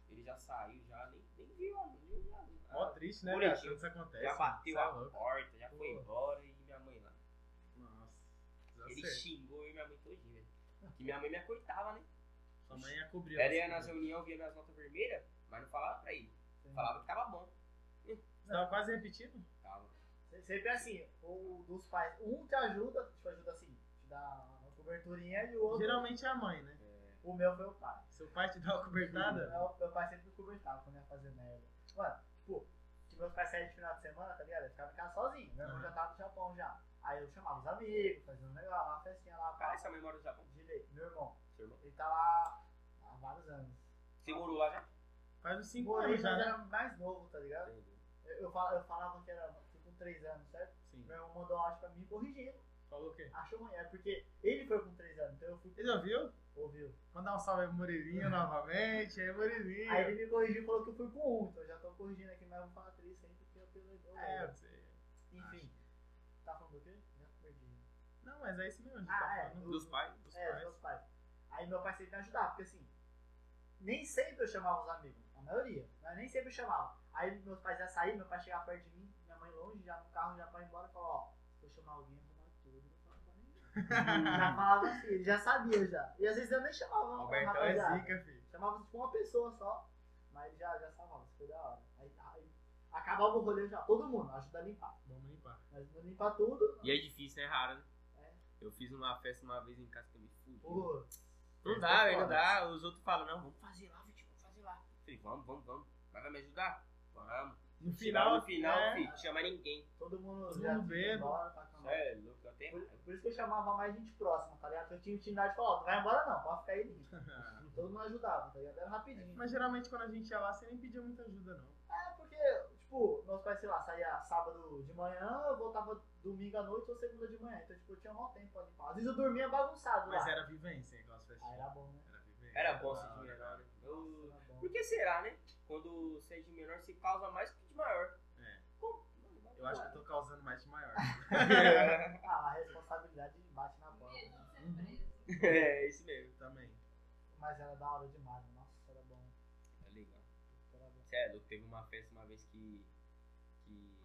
ele já saiu, já nem, nem viu, mano. Nem viu, mano. Mó Ah, triste, né, Bonitinho. velho? Quando isso acontece. já mano, bateu cê é a louco. porta, já foi Pô. embora e minha mãe lá. Nossa. Ele Desacerto. xingou eu e minha mãe todinha, velho. Que minha mãe me acoitava, né? Sua mãe ia cobrir. Ela ia você. né? nas reuniões, via minhas notas vermelhas, mas não falava pra ele. Falava que tava bom. Você tava quase repetindo? Tava. Sempre assim, o dos pais, um te ajuda, te ajuda assim, te dá uma coberturinha e o outro, Geralmente é a mãe, né? o meu foi o pai. Seu pai te dá uma cobertada? Meu, meu pai sempre me cobertava quando ia fazer merda. Mano, tipo, que meus pais saíam de final de semana, tá ligado? Eu ficava em casa sozinho, meu irmão Aham. já tava no Japão já. Aí eu chamava os amigos, fazia um negócio, uma festinha lá, Cara, pá, essa memória do Japão. direito. Meu irmão, Seu irmão. ele tá lá há vários anos. Você morou lá já? Faz uns 5 Morei, anos mas já, né? era mais novo, tá ligado? Eu, eu fal- eu falava que era tipo com 3 anos, certo? Sim. Meu irmão mandou um áudio pra mim corrigindo. Falou o quê? Achou ruim, é porque ele foi com 3 anos, então eu fui. Ele ouviu? Ouviu? Mandar um salve pro Morelinho novamente. Aí, Morelinho. Aí ele me corrigiu e falou que eu fui com 1, então eu já tô corrigindo aqui, mas eu vou falar 3 sempre, porque eu pelo. É, você... Enfim. Tá falando do quê? Já perdi. Não, mas é isso mesmo. A gente Ah, tá é, falando do- dos pais. Dos é, pais. meus pais. Aí meu pai sempre me ajudava, porque assim, nem sempre eu chamava os amigos, a maioria, mas nem sempre eu chamava. Aí meus pais já saíram, meu pai chegava perto de mim, minha mãe longe, já no carro, já pra ir embora, falou, ó, vou chamar alguém, vou chamar tudo, não falava pra ninguém. já falava assim, ele já sabia já. E às vezes eu nem chamava, não, Albertão né? é zica, filho. Chamava tipo uma pessoa só, mas já, já salvava, isso foi da hora. Aí, tá, aí acabava o rolê já, todo mundo, ajuda a limpar. Vamos limpar. Mas não limpar tudo, E é difícil, né? Raro, né? É. Eu fiz uma festa uma vez em casa que eu me fudi. pô, Não é dá, velho, não dá. Os outros falam, não, vamos fazer lá, Vitinho, tipo, vamos fazer lá. Eu falei, vamos, vamos, vamos. Mas vai me ajudar? Vamos. No Final, final, no final, né? é, filho, não chama ninguém. todo mundo Todo já mundo tinha ido bêbado. embora tá pra acabar. É, louco, eu até Por, raiva. por isso que eu chamava mais gente próxima, tá ligado? Eu tinha intimidade de falar, ó, não vai embora não, pode ficar aí. menino. Todo mundo ajudava, tá ligado? Era rapidinho. Mas geralmente quando a gente ia lá, você nem pedia muita ajuda, não. É porque, tipo, meus pais, sei lá, saía sábado de manhã, eu voltava domingo à noite ou segunda de manhã. Então, tipo, eu tinha mau tempo pra limpar. Às vezes eu dormia bagunçado Mas Ah, lá. é. era vivência, igual as festinhas. Ah, era bom, né? Era vivência. Era bom ser da de hora. menor, né? Eu- Era bom. Por que será, né? Quando você é de menor, você causa mais que de maior. É. Como? Não, não Eu acho que eu dá. tô causando mais de maior. Ah, a responsabilidade bate na porta. né? É, isso mesmo. Eu também. Mas era da hora demais, né? nossa, era bom. Tá legal. Era bom. Você é louco, teve uma festa uma vez que. que.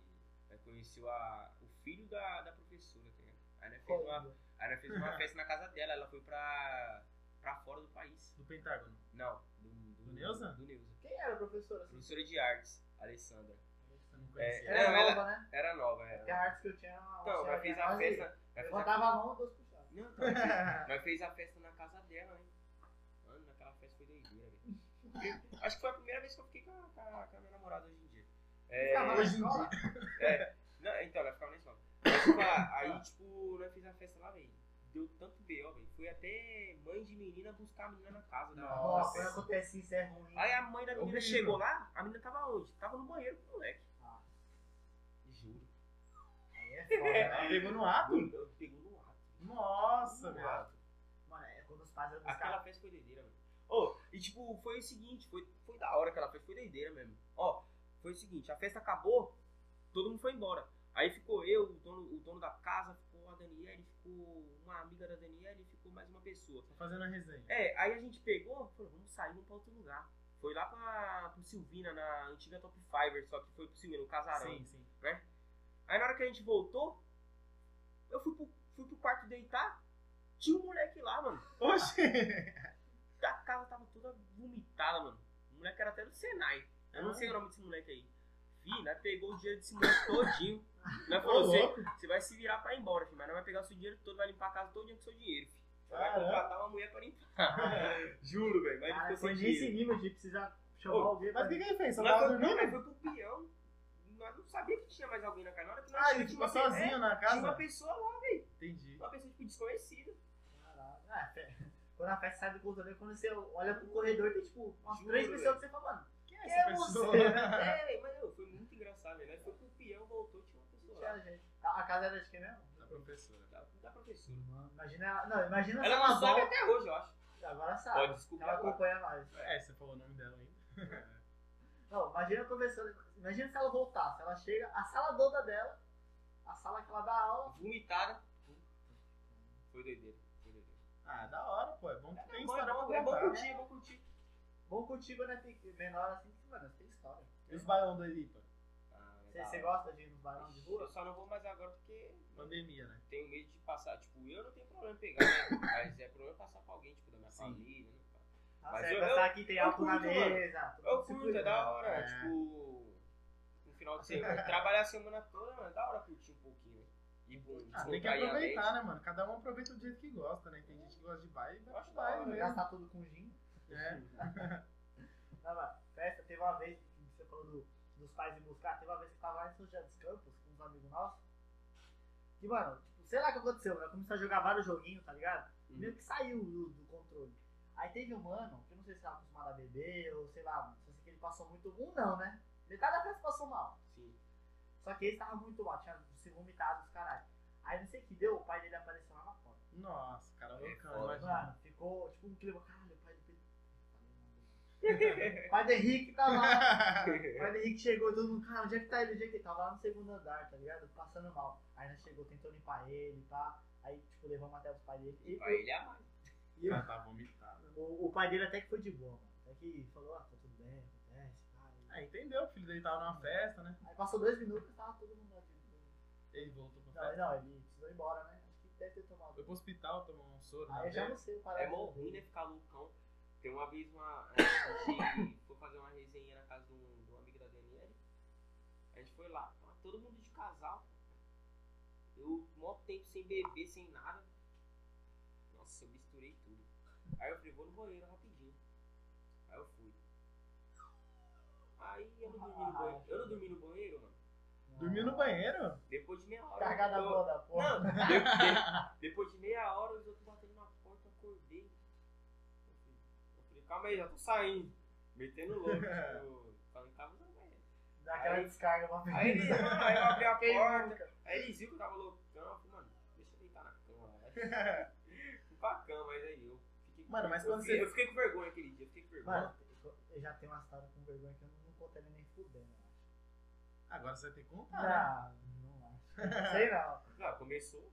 Ela conheceu a, o filho da, da professora, tá ligado? Aí ela fez uma Aí ela fez uma festa na casa dela, ela foi pra, pra fora do país. Do Pentágono. Não, do, do, Do Neuza? Do Neuza. Quem era a professora? assim? Professora de artes, Alessandra. Você não conhecia. Era Não, ela- nova, né? É, Era nova, era. Porque a arte que eu tinha era uma. Então, era nós fez a mais- festa. Nós fez a, Levantava a mão e dois puxados. não, então, nós fez- nós fez a festa na casa dela, né? Mano, naquela festa foi doideira, velho. Porque Acho que foi a primeira vez que eu fiquei com a, com a- com a minha namorada hoje em dia. É, Ficava na hoje em escola? não, então, ela ficava na escola. Mas, tipo, a- aí, tipo, nós fez a festa lá, velho. Deu tanto B.O., velho. Foi até mãe de menina buscar a menina na casa né? da- da Nossa, festa. quando acontece isso é ruim. Aí a mãe da menina Horrível. chegou lá, a menina tava onde? Tava no banheiro com o moleque. Ah. Juro. Aí é foda, né? Ela pegou no ato? Eu- Pegou no ato. Nossa, No velho. ato. Mano, é quando os pais vão buscar. Aquela festa foi doideira, mano. Ô, e tipo, foi o seguinte, foi, foi da hora aquela festa, foi doideira mesmo. Ó, foi o seguinte, a festa acabou, todo mundo foi embora. Aí ficou eu, o dono, o dono da casa, ficou a Daniele, ficou uma amiga da Daniele, ficou mais uma pessoa. Tô fazendo a resenha. É, aí a gente pegou, falou, vamos sair, vamos pra outro lugar. Foi lá pra, pro Silvina, na antiga Top Fiver, só que foi pro Silvina, no casarão. Sim, sim. Aí na hora que a gente voltou, eu fui pro, fui pro quarto deitar, tinha um moleque lá, mano. Oxi! A casa tava toda vomitada, mano. O moleque era até do Senai. Eu não Ah. sei o nome desse moleque aí. vi, nós pegou o dinheiro desse moço todinho. Nós falou, Ô, você louco. você vai se virar pra ir embora, filho, mas nós vai pegar o seu dinheiro todo, vai limpar a casa todinha com o seu dinheiro, filho. Você vai Caramba. contratar uma mulher pra limpar. Juro, velho, mas ele Cara, ficou foi sem nesse dinheiro. nível de precisar chamar Ô, alguém Mas pra o que, que ele fez? Só Nós tava foi, não, dormindo? nós foi pro peão, nós não sabíamos que tinha mais alguém na casa. Na hora que nós Ah, chegamos, ele tinha ficou uma pe- sozinho na é, Tinha uma casa? pessoa lá, Entendi. uma pessoa tipo desconhecida. Caralho. Ah, fe- quando a festa sai do controle, quando você olha pro corredor, tem tipo umas Juro, três velho. pessoas que você fala, mano, Quem é né? você? É, mas não, foi muito engraçado, velho. Nós foi pro peão, voltou, tinha uma pessoa lá. Tinha gente. A, a casa era de quem mesmo? Da professora. Da, da professora. Mano, Imagina ela. Não, imagina se Ela não sabe volta. até hoje, eu acho. Agora sabe. Pode desculpar. Ela agora. acompanha nós. É, você falou o nome dela ainda. Não, imagina a professora. Imagina se ela voltasse. Ela chega, a sala toda dela, a sala que ela dá aula. Vomitada. Foi doideira. Foi doideira. Ah, da hora, pô. É bom que tem Bom, história bom, pra né? é bom contar. curtir, é bom curtir. Bom contigo, né? tem- Menor assim, que, mano, tem história. E os balão do Elipa? Ah, Você, da você hora. gosta de ir nos barões de Eu rua? só não vou mais agora porque Pandemia, né? tenho medo de passar. Tipo, eu não tenho problema em pegar, né? mas é problema passar pra alguém, tipo, da minha Sim. família. Né? Ah, Mas você eu- vai passar aqui, tem eu álcool na curto, mano. mesa. todo Eu mundo se curto, cuida. é da hora. É. Tipo, no final de semana. Trabalhar a semana toda, mano, é da hora curtir um pouquinho, né? E bom, Ah, tem que descontrair a mente. aproveitar, né, mano? Cada um aproveita do jeito que gosta, né? Tem gente que gosta né? de baile, vai Acho pro da baile hora. mesmo. Gastar tudo com gin. É. Não, mas festa, teve uma vez que você falou do- dos pais de buscar, teve uma vez que eu tava lá em São José dos Campos com uns amigos nossos. E, mano, tipo, sei lá o que aconteceu, né? Começou a jogar vários joguinhos, tá ligado? Uhum. Meio que saiu do, do controle. Aí teve um mano, que eu não sei se tava acostumado a beber, ou sei lá, só sei que ele passou muito. Um não, né? Metade da festa passou mal. Sim. Só que ele tava muito mal, tinha se vomitado os caralho. Aí não sei o que deu, o pai dele apareceu lá na porta. Nossa, cara, É loucão, foda. imagina. Mano, ficou tipo um clima, caralho, o pai do Pedro. O pai do Henrique tá lá. O pai do Henrique chegou, todo mundo, cara, onde é que tá ele? Onde é que ele tava lá no segundo andar, tá ligado? Passando mal. Aí nós chegou, tentou limpar ele, pá. Aí, tipo, levamos até os pais dele. E, Pra ele é a mais. e Ah, tá vomitado. o, o pai dele até que foi de boa, mano. Até que falou, ah, tá tudo bem, acontece, pá. Ah, entendeu? O filho dele tava numa festa, né? Aí passou dois minutos e tava todo mundo lá de boa. Ele voltou pra Não, Tá. festa. não, ele precisou ir embora, né? Acho que deve ter tomado. Foi pro hospital, tomou um soro. Aí na Ah, eu já veia. não sei o É parado. mó ruim, né? Ficar loucão. Tem uma vez uma. é, A gente foi fazer uma resenha na casa de um, de um amigo da Daniele. A gente foi lá, tava todo mundo de casal. Eu, mó tempo sem beber, sem nada. Nossa, eu misturei tudo. Aí eu falei, vou no banheiro rapidinho. Aí eu fui. Aí eu não dormi no banheiro. Eu não dormi no banheiro, mano. Dormiu no banheiro? Depois de meia hora. Cagada eu- boa da porra. Não, de- de- depois de meia hora os outros batendo na porta, eu acordei. Eu falei- Eu falei, calma aí, já tô saindo. Metendo louco. tipo, falei, tava no banheiro. Dá aquela Aí- descarga pra Aí eles, ver. mano, aí eu abri a Quem porta. Aí eles viram que eu tava loucão. Eu falei, mano, deixa eu deitar na cama, velho. Fui pra cama, mas aí eu fiquei com Mano, mas eu quando fiquei, você. eu fiquei com vergonha aquele dia, eu fiquei com vergonha. Mano, eu já tenho uma história com vergonha que eu não contaria nem fudendo. eu acho. Agora você vai ter que contar, né? Não, não acho. Sei não. Não, começou.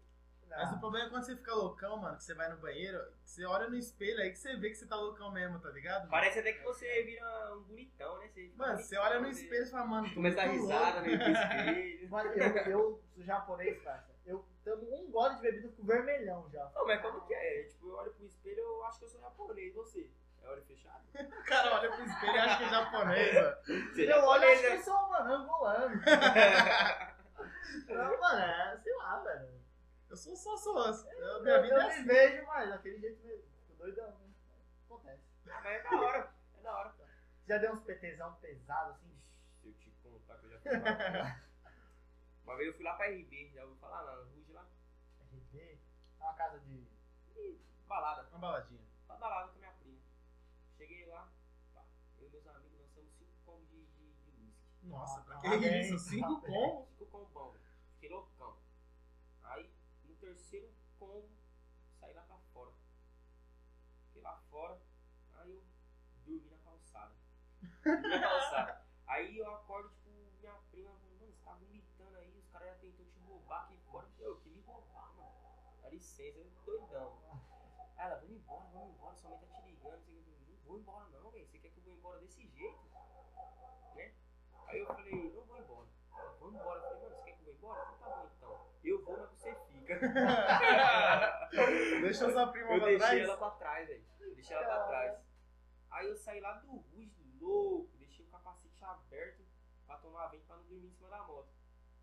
Tá. Não. Mas o problema é quando você fica loucão, mano, que você vai no banheiro, que você olha no espelho aí que você vê que você tá loucão mesmo, tá ligado? Parece até que você vira um bonitão, né? Você Mano, você olha no espelho e fala, mano, tô Começa a dar muito risada louco. meio que espelho. Mano, eu, eu sou japonês, parça. Eu tomo um gole de bebida com vermelhão já. Não, mas como que é? Tipo, eu olho pro espelho eu acho que eu sou japonês, você. É olho fechado? O cara olha pro espelho e acha que é japonesa. Você é né? Eu olho e acho que eu sou, um mano, angolano. Não, mano, é, sei lá, velho. Eu sou só sócio. Eu- Eu, Minha vida eu é me assim. vejo, mas daquele jeito mesmo. Fico doidão, né? Acontece. Mas é da hora, é da hora. Já deu uns PTzão pesado assim? Se eu te contar que eu já fui lá. Uma vez eu fui lá pra RB, já ouviu falar lá, na Ruge lá, RB? É uma casa de. balada, Uma baladinha. pra balada com a minha prima. Cheguei lá, pá, eu e meus amigos lançamos cinco combos de, de, de whisky. Nossa, Ah, pra tá que bem, isso? tá Cinco bem. com? Ficou com o combo, fiquei loucão. Aí, no terceiro combo, saí lá pra fora. Fiquei lá fora, aí eu dormi na calçada. Dormi na calçada. Aí eu acordo, tipo, minha prima falou, mano, você tá vomitando aí, os caras já tentou te roubar aqui fora. Eu, que me roubar, mano. Dá licença, eu doidão. Aí Ela, vamos embora, vamos embora, sua mãe tá te ligando. Não, sei o que. Eu falei, não vou embora não, velho. Você quer que eu vou embora desse jeito? Né? Aí eu falei, não vou embora. Ela, vamos embora. Eu falei, mano, você quer que eu vou embora? Então tá bom então. Eu vou, mas você fica. Deixa sua prima Eu pra deixei trás. ela pra trás, velho. Eu Deixei ela pra trás. Aí eu saí lá do Ruge, louco, deixei o capacete aberto pra tomar tomar vento pra não dormir em cima da moto.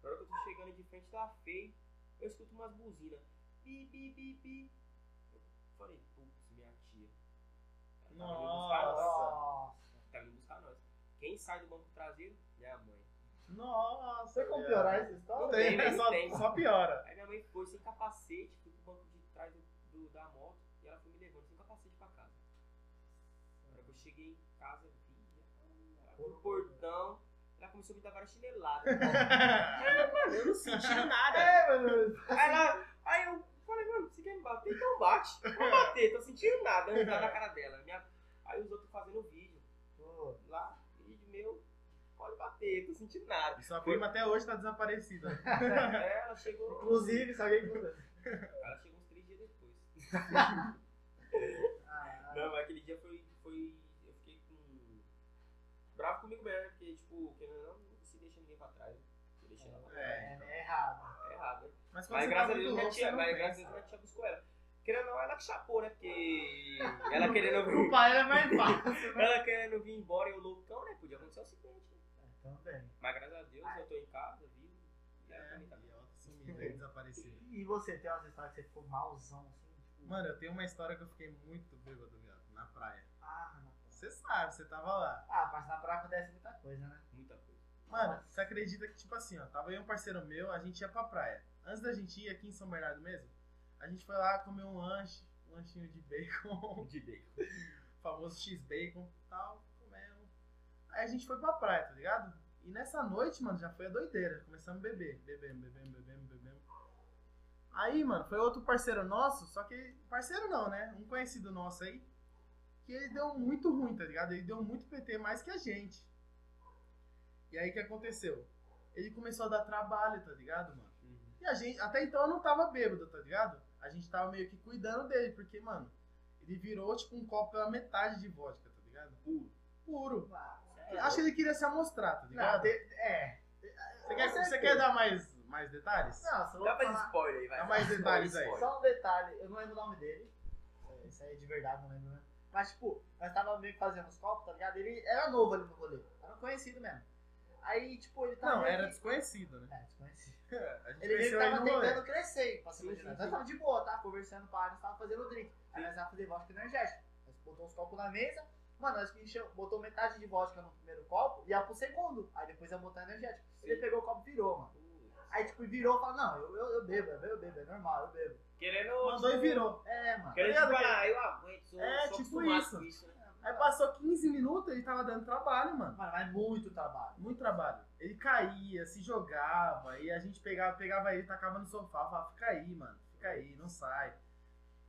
Na hora que eu tô chegando de frente da feio, eu escuto umas buzinas. Bi, bi, bi, bi. Eu falei, putz, minha tia. Ela tá vindo buscar nós. é. Nossa. Tá vindo buscar nós. Quem sai do banco traseiro? Minha mãe. Nossa. Você como viado. piorar essa Não história? tem, Tem, né? mas Só, tem. só piora. Aí minha mãe foi sem capacete, foi pro banco de trás do, do- da moto e ela foi me levando sem capacete pra casa. Na hora que eu cheguei em casa, vi ela abriu o portão, ela começou a me dar várias chineladas. Mano, eu não senti nada. É, mano. aí, ela, aí eu falei, mano, você quer me bater? Então bate. Vou bater, tô sentindo nada, eu risada na cara dela. Minha- Aí os outros fazendo vídeo, Pô, lá, vídeo meu, pode bater, tô sentindo nada. E sua prima até hoje tá desaparecida. Aí ela chegou, Inclusive, sabe o que aconteceu? ela chegou uns três dias depois. Ah, Não, mas aquele dia foi. foi eu fiquei com. Bravo comigo mesmo, né? Porque, tipo, querendo ou não, não se deixa ninguém pra trás. né? Se deixa ela pra trás. é, é errado. É errado, né? Mas quando Mas você graças tá a Deus muito minha louco, você tia, não mas pensa. graças a Deus minha tia buscou ela. Querendo ou não, ela que chapou, né? Porque. Ela O querendo, pai é mais fácil. né. ela querendo vir embora e eu loucão, né? Podia acontecer o seguinte. né? Também. Mas graças a Deus eu tô em casa, vivo. E ela também tá É, e ela tá sumida, aí desaparecida. E você tem umas histórias que você ficou malzão assim? Tipo, Mano, eu tenho uma história que eu fiquei muito bêbado, viado, na praia. ah, na praia. Você sabe, você tava lá. Ah, mas na praia acontece muita coisa, né? muita coisa. Mano, você acredita que, tipo assim, ó, tava eu e um parceiro meu, a gente ia pra praia. Antes da gente ir aqui em São Bernardo mesmo, a gente foi lá comer um lanche, um lanchinho de bacon. De bacon. famoso X-Bacon e tal, comemos. Aí a gente foi pra praia, tá ligado? E nessa noite, mano, já foi a doideira. Começamos a beber, bebemos, bebemos, bebemos, bebemos. Aí, mano, foi outro parceiro nosso, só que. Parceiro não, né? Um conhecido nosso aí. Que ele deu muito ruim, tá ligado? Ele deu muito PT mais que a gente. E aí o que aconteceu? Ele começou a dar trabalho, tá ligado, mano? E a gente, até então eu não tava bêbado, tá ligado? A gente tava meio que cuidando dele, porque, mano, ele virou tipo um copo pela metade de vodka, tá ligado? Puro. É. Puro. Acho que ele queria se amostrar, tá Não, ligado? te, é. Você quer, com você quer dar mais, mais detalhes? Não, só vou Dá mais falar- spoiler aí, vai. Dá mais detalhes aí. Só um detalhe, eu não lembro o nome dele. É, Isso aí é de verdade, não lembro, né? Mas, tipo, nós tava meio que fazendo os copos, tá ligado? Ele era novo ali no rolê. Era um conhecido mesmo. Aí, tipo, ele tava. Não, meio era que- desconhecido, né? É, desconhecido. tá A gente Ele meio que conheceu ele tava no rolê. tentando crescer, pra se Sim, imaginar. sim, Nós sim. tava de boa, tá? Conversando com a área, nós tava fazendo drink. Aí nós tava fazendo vodka energética. Nós botou os copos na mesa. Mano, nós encheu, botou metade de vodka no primeiro copo e ia pro segundo. Aí depois ia botar energético. Ele Sim. pegou o copo e virou, mano. Aí, tipo, virou e falou: Não, eu, eu, eu bebo, eu bebo, é normal, eu bebo. Querendo. Mandou e virou. É, mano. Querendo Tá tipo, ligado? ah, eu aguento, sou, É, sou tipo acostumado isso. com isso, né? Aí passou 15 minutos, ele tava dando trabalho, mano. Mano, mas muito trabalho. Muito trabalho. Ele caía, se jogava, e a gente pegava, pegava ele, tacava no sofá, falava, fica aí, mano, fica aí, não sai.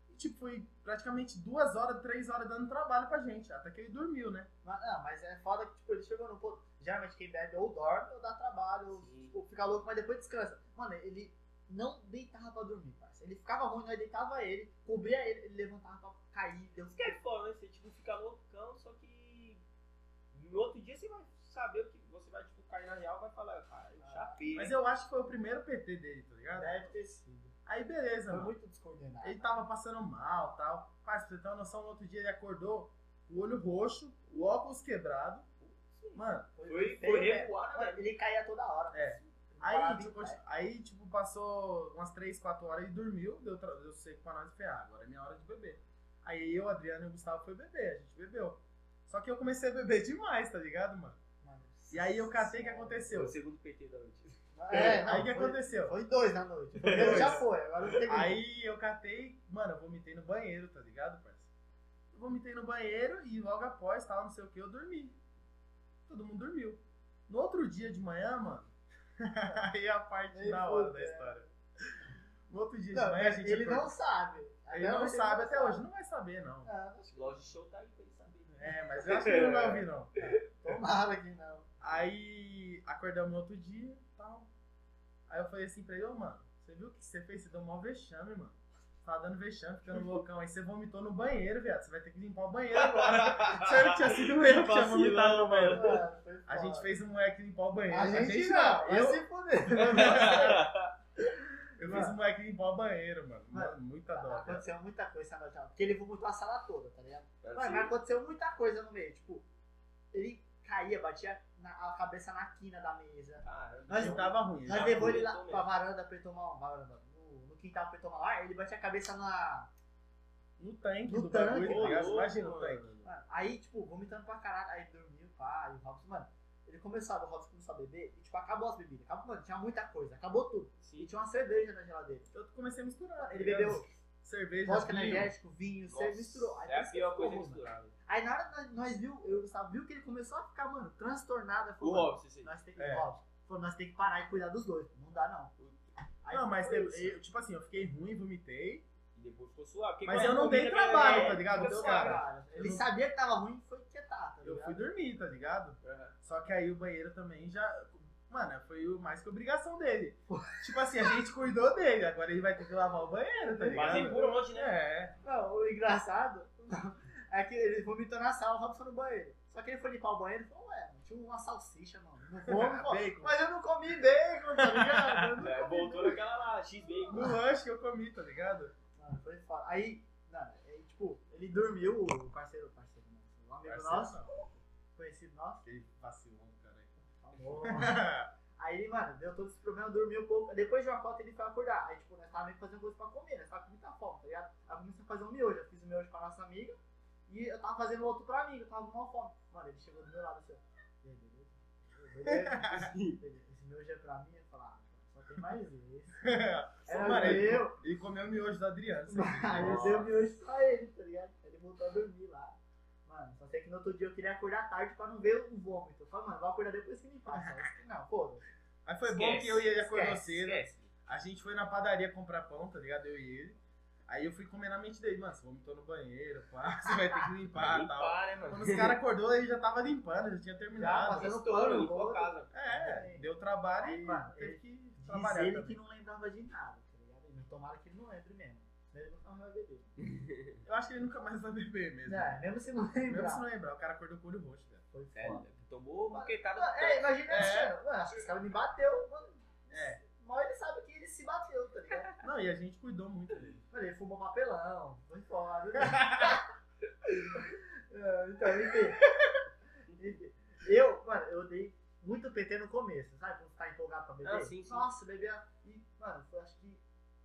E, tipo, foi praticamente duas horas, três horas dando trabalho pra gente, até que ele dormiu, né? Mas, não, mas é foda que, tipo, ele chegou num ponto. Geralmente quem bebe ou dorme ou dá trabalho, ou Sim. tipo, fica louco, mas depois descansa. Mano, ele não deitava pra dormir, parceiro. Ele ficava ruim, nós deitava ele, cobria ele, ele levantava pra cair, deu Isso que é foda, né? Você tipo, fica loucão, só que no outro dia você vai saber o que você vai tipo, cair na real vai falar, cara, eu chapei. Ah, né?" Mas eu acho que foi o primeiro PT dele, tá ligado? Deve ter sido. Aí beleza, É. Foi mano. né? é muito descoordenado. Ele tava passando mal tal. Parça, pra você ter uma noção, no outro dia ele acordou, o olho roxo, o óculos quebrado. Mano, Foi, feio, foi né? revoar, né? Mano, ele caía toda hora. É. parceiro. Ele parava Aí, de tipo, cair. aí, tipo, passou umas 3, 4 horas e dormiu, deu, tra- deu seco pra nós e falei, ah, agora é minha hora de beber. Aí eu, Adriano e o Gustavo foi beber, a gente bebeu. Só que eu comecei a beber demais, tá ligado, mano? é, Mano, E aí eu catei o que Foi aconteceu. o segundo PT da noite. É, aí não, o que foi- aconteceu? Foi dois na noite. O primeiro dois. já foi, agora o segundo. Aí eu catei, mano, eu vomitei no banheiro, tá ligado, parceiro? Eu vomitei no banheiro e logo após, tal, não sei o que, eu dormi. Todo mundo dormiu. No outro dia de manhã, mano, aí é a parte Aí da hora fudeu. da história. No outro dia de Não, manhã, a gente ele acordou- não sabe. Até Ele não hoje sabe até hoje, não vai saber, não. Ah, acho que Loja de show tá aí pra ele saber. né? É, mas eu acho que ele não vai ouvir, não. tomara que não. Aí acordamos no outro dia e tal. Aí eu falei assim pra ele, ô mano, você viu o que você fez? Você deu um mau vexame, mano. Você Tava dando vexame, ficando loucão. Aí você vomitou no banheiro, viado. Você vai ter que limpar o banheiro agora. Sério que tinha sido eu que tinha Vacilão, vomitado no banheiro. Mano, foi A foda. gente fez um moleque limpar o banheiro. A gente, não, eu Eu, se fuder. eu fiz um moleque limpar o banheiro, mano. Mano, Mano, muita dó, cara. aconteceu muita coisa essa noite, ó, porque ele vomitou a sala toda, tá ligado? Era Mano, mas assim, aconteceu muita coisa no meio, tipo, ele caía, batia na- a cabeça na quina da mesa. Cara, Mas- né? Mas tá. tava ruim. Nós Já levou ele lá aproveitou pra varanda pra ele tomar um varanda, no, no quintal pra ele tomar lá, ele batia a cabeça na. No tanque No do tanque, bagulho, tá ô, ligado? louco, Imagina o mano. tanque. Mano, aí, tipo, vomitando pra caralho. Aí dormiu, pá, e o Robson, mano. Ele começou, o Robson começou a beber e, tipo, acabou as bebidas. Acabou, mano, tinha muita coisa, acabou tudo. E sim. tinha uma cerveja na geladeira. Eu comecei a misturar. Ele tá ligado? bebeu cerveja. vodka vinho. energético, vinho, Nossa, cerveja misturou. Aí é a pensei, pior coisa pô, mano. misturável. Aí na hora que nós- nós viu, eu e o Gustavo viu que ele começou a ficar, mano, transtornado. Eu O falei, mano, Robson, sim. Nós tem, É. Robson, falou, nós tem que parar e cuidar dos dois. Não dá, não. Aí Não, mas foi eu- isso. eu- tipo assim, eu fiquei ruim, vomitei. E depois ficou suave. Porque Mas quando eu não dei combina, né, trabalho, é, tá ligado? fica Deu suave. cara. Ele eu não- sabia que tava ruim e foi quietar, tá Eu ligado? fui dormir, tá ligado? Aham. Só que aí o banheiro também já. Mano, foi o- mais que obrigação dele. tipo assim, a gente cuidou dele, agora ele vai ter que lavar o banheiro, tá ligado? Fazem um por onde, né? É. Não, o engraçado é que ele vomitou na sala, o Robson no banheiro. Só que ele foi limpar o banheiro e falou, ué, mano, tinha uma salsicha, mano. No vômito, pô. Bacon. Mas eu não né? comi bacon, tá ligado? Eu não É, comi voltou naquela lá, X-Bacon. No lanche que eu comi, tá ligado? Mano, foi foda. Aí, não, aí, tipo, ele dormiu, o parceiro, o parceiro, não, o amigo Parceiro, nosso, conhecido nosso. Ele vacilou, cara. Falou, mano. Aí ele, mano, deu todo esse problema, dormiu um pouco. Depois de uma cota ele foi acordar. Aí, tipo, nós tava meio que fazendo coisa pra comer, nós tava com muita fome, tá ligado? Aí eu comecei a fazer um miojo. Eu fiz o miojo pra nossa amiga e eu tava fazendo outro pra mim, eu tava com uma fome. Mano, ele chegou do meu lado assim, ó. E aí, beleza? Beleza? Beleza. Esse miojo é pra mim? Eu falei, ah, só tem mais esse. Era Mano, ele, meu. ele comeu o miojo da Adriana. assim. Aí eu dei o miojo pra ele, tá ligado? Aí Ele voltou a dormir lá. Mano, só sei que no outro dia eu queria acordar tarde pra não ver o vômito. Eu falei, mano, vou acordar depois que me passa. Eu falei, Não, foda. Aí foi bom Esquece, que eu e ele acordou esquece, cedo. A gente foi na padaria comprar pão, tá ligado? Eu e ele. Aí eu fui comer na mente dele, mano, você vomitou no banheiro, pá, você vai ter que limpar e tal. Limpar, né, mano? Quando os caras acordou, ele já tava limpando, já tinha tá terminado. passando Estourou, pano, limpou bom. a casa. É, deu trabalho Aí, e mano, teve ele que Diz trabalhar. ele também. que não lembrava de nada, tá ligado? Mas Tomara que ele não lembre mesmo. Senão ele não vai beber. Eu acho que ele nunca mais vai beber mesmo. É, mesmo se não Mesmo se lembrar. não lembrar, o cara acordou com o olho roxo, velho. Foi né? É, foda. tomou uma queitada no Mano, É, imagina É. assim, mano, acho que esse cara me bateu, mano. É. Mal ele sabe que ele se bateu, tá ligado? Não, e a gente cuidou muito dele. Mano, ele fumou papelão, foi foda. né? É, então, enfim. Enfim. Eu, mano, eu dei muito PT no começo, sabe? Quando você tá empolgado pra beber. Ah, sim, sim. Nossa, beber. E, mano, eu acho que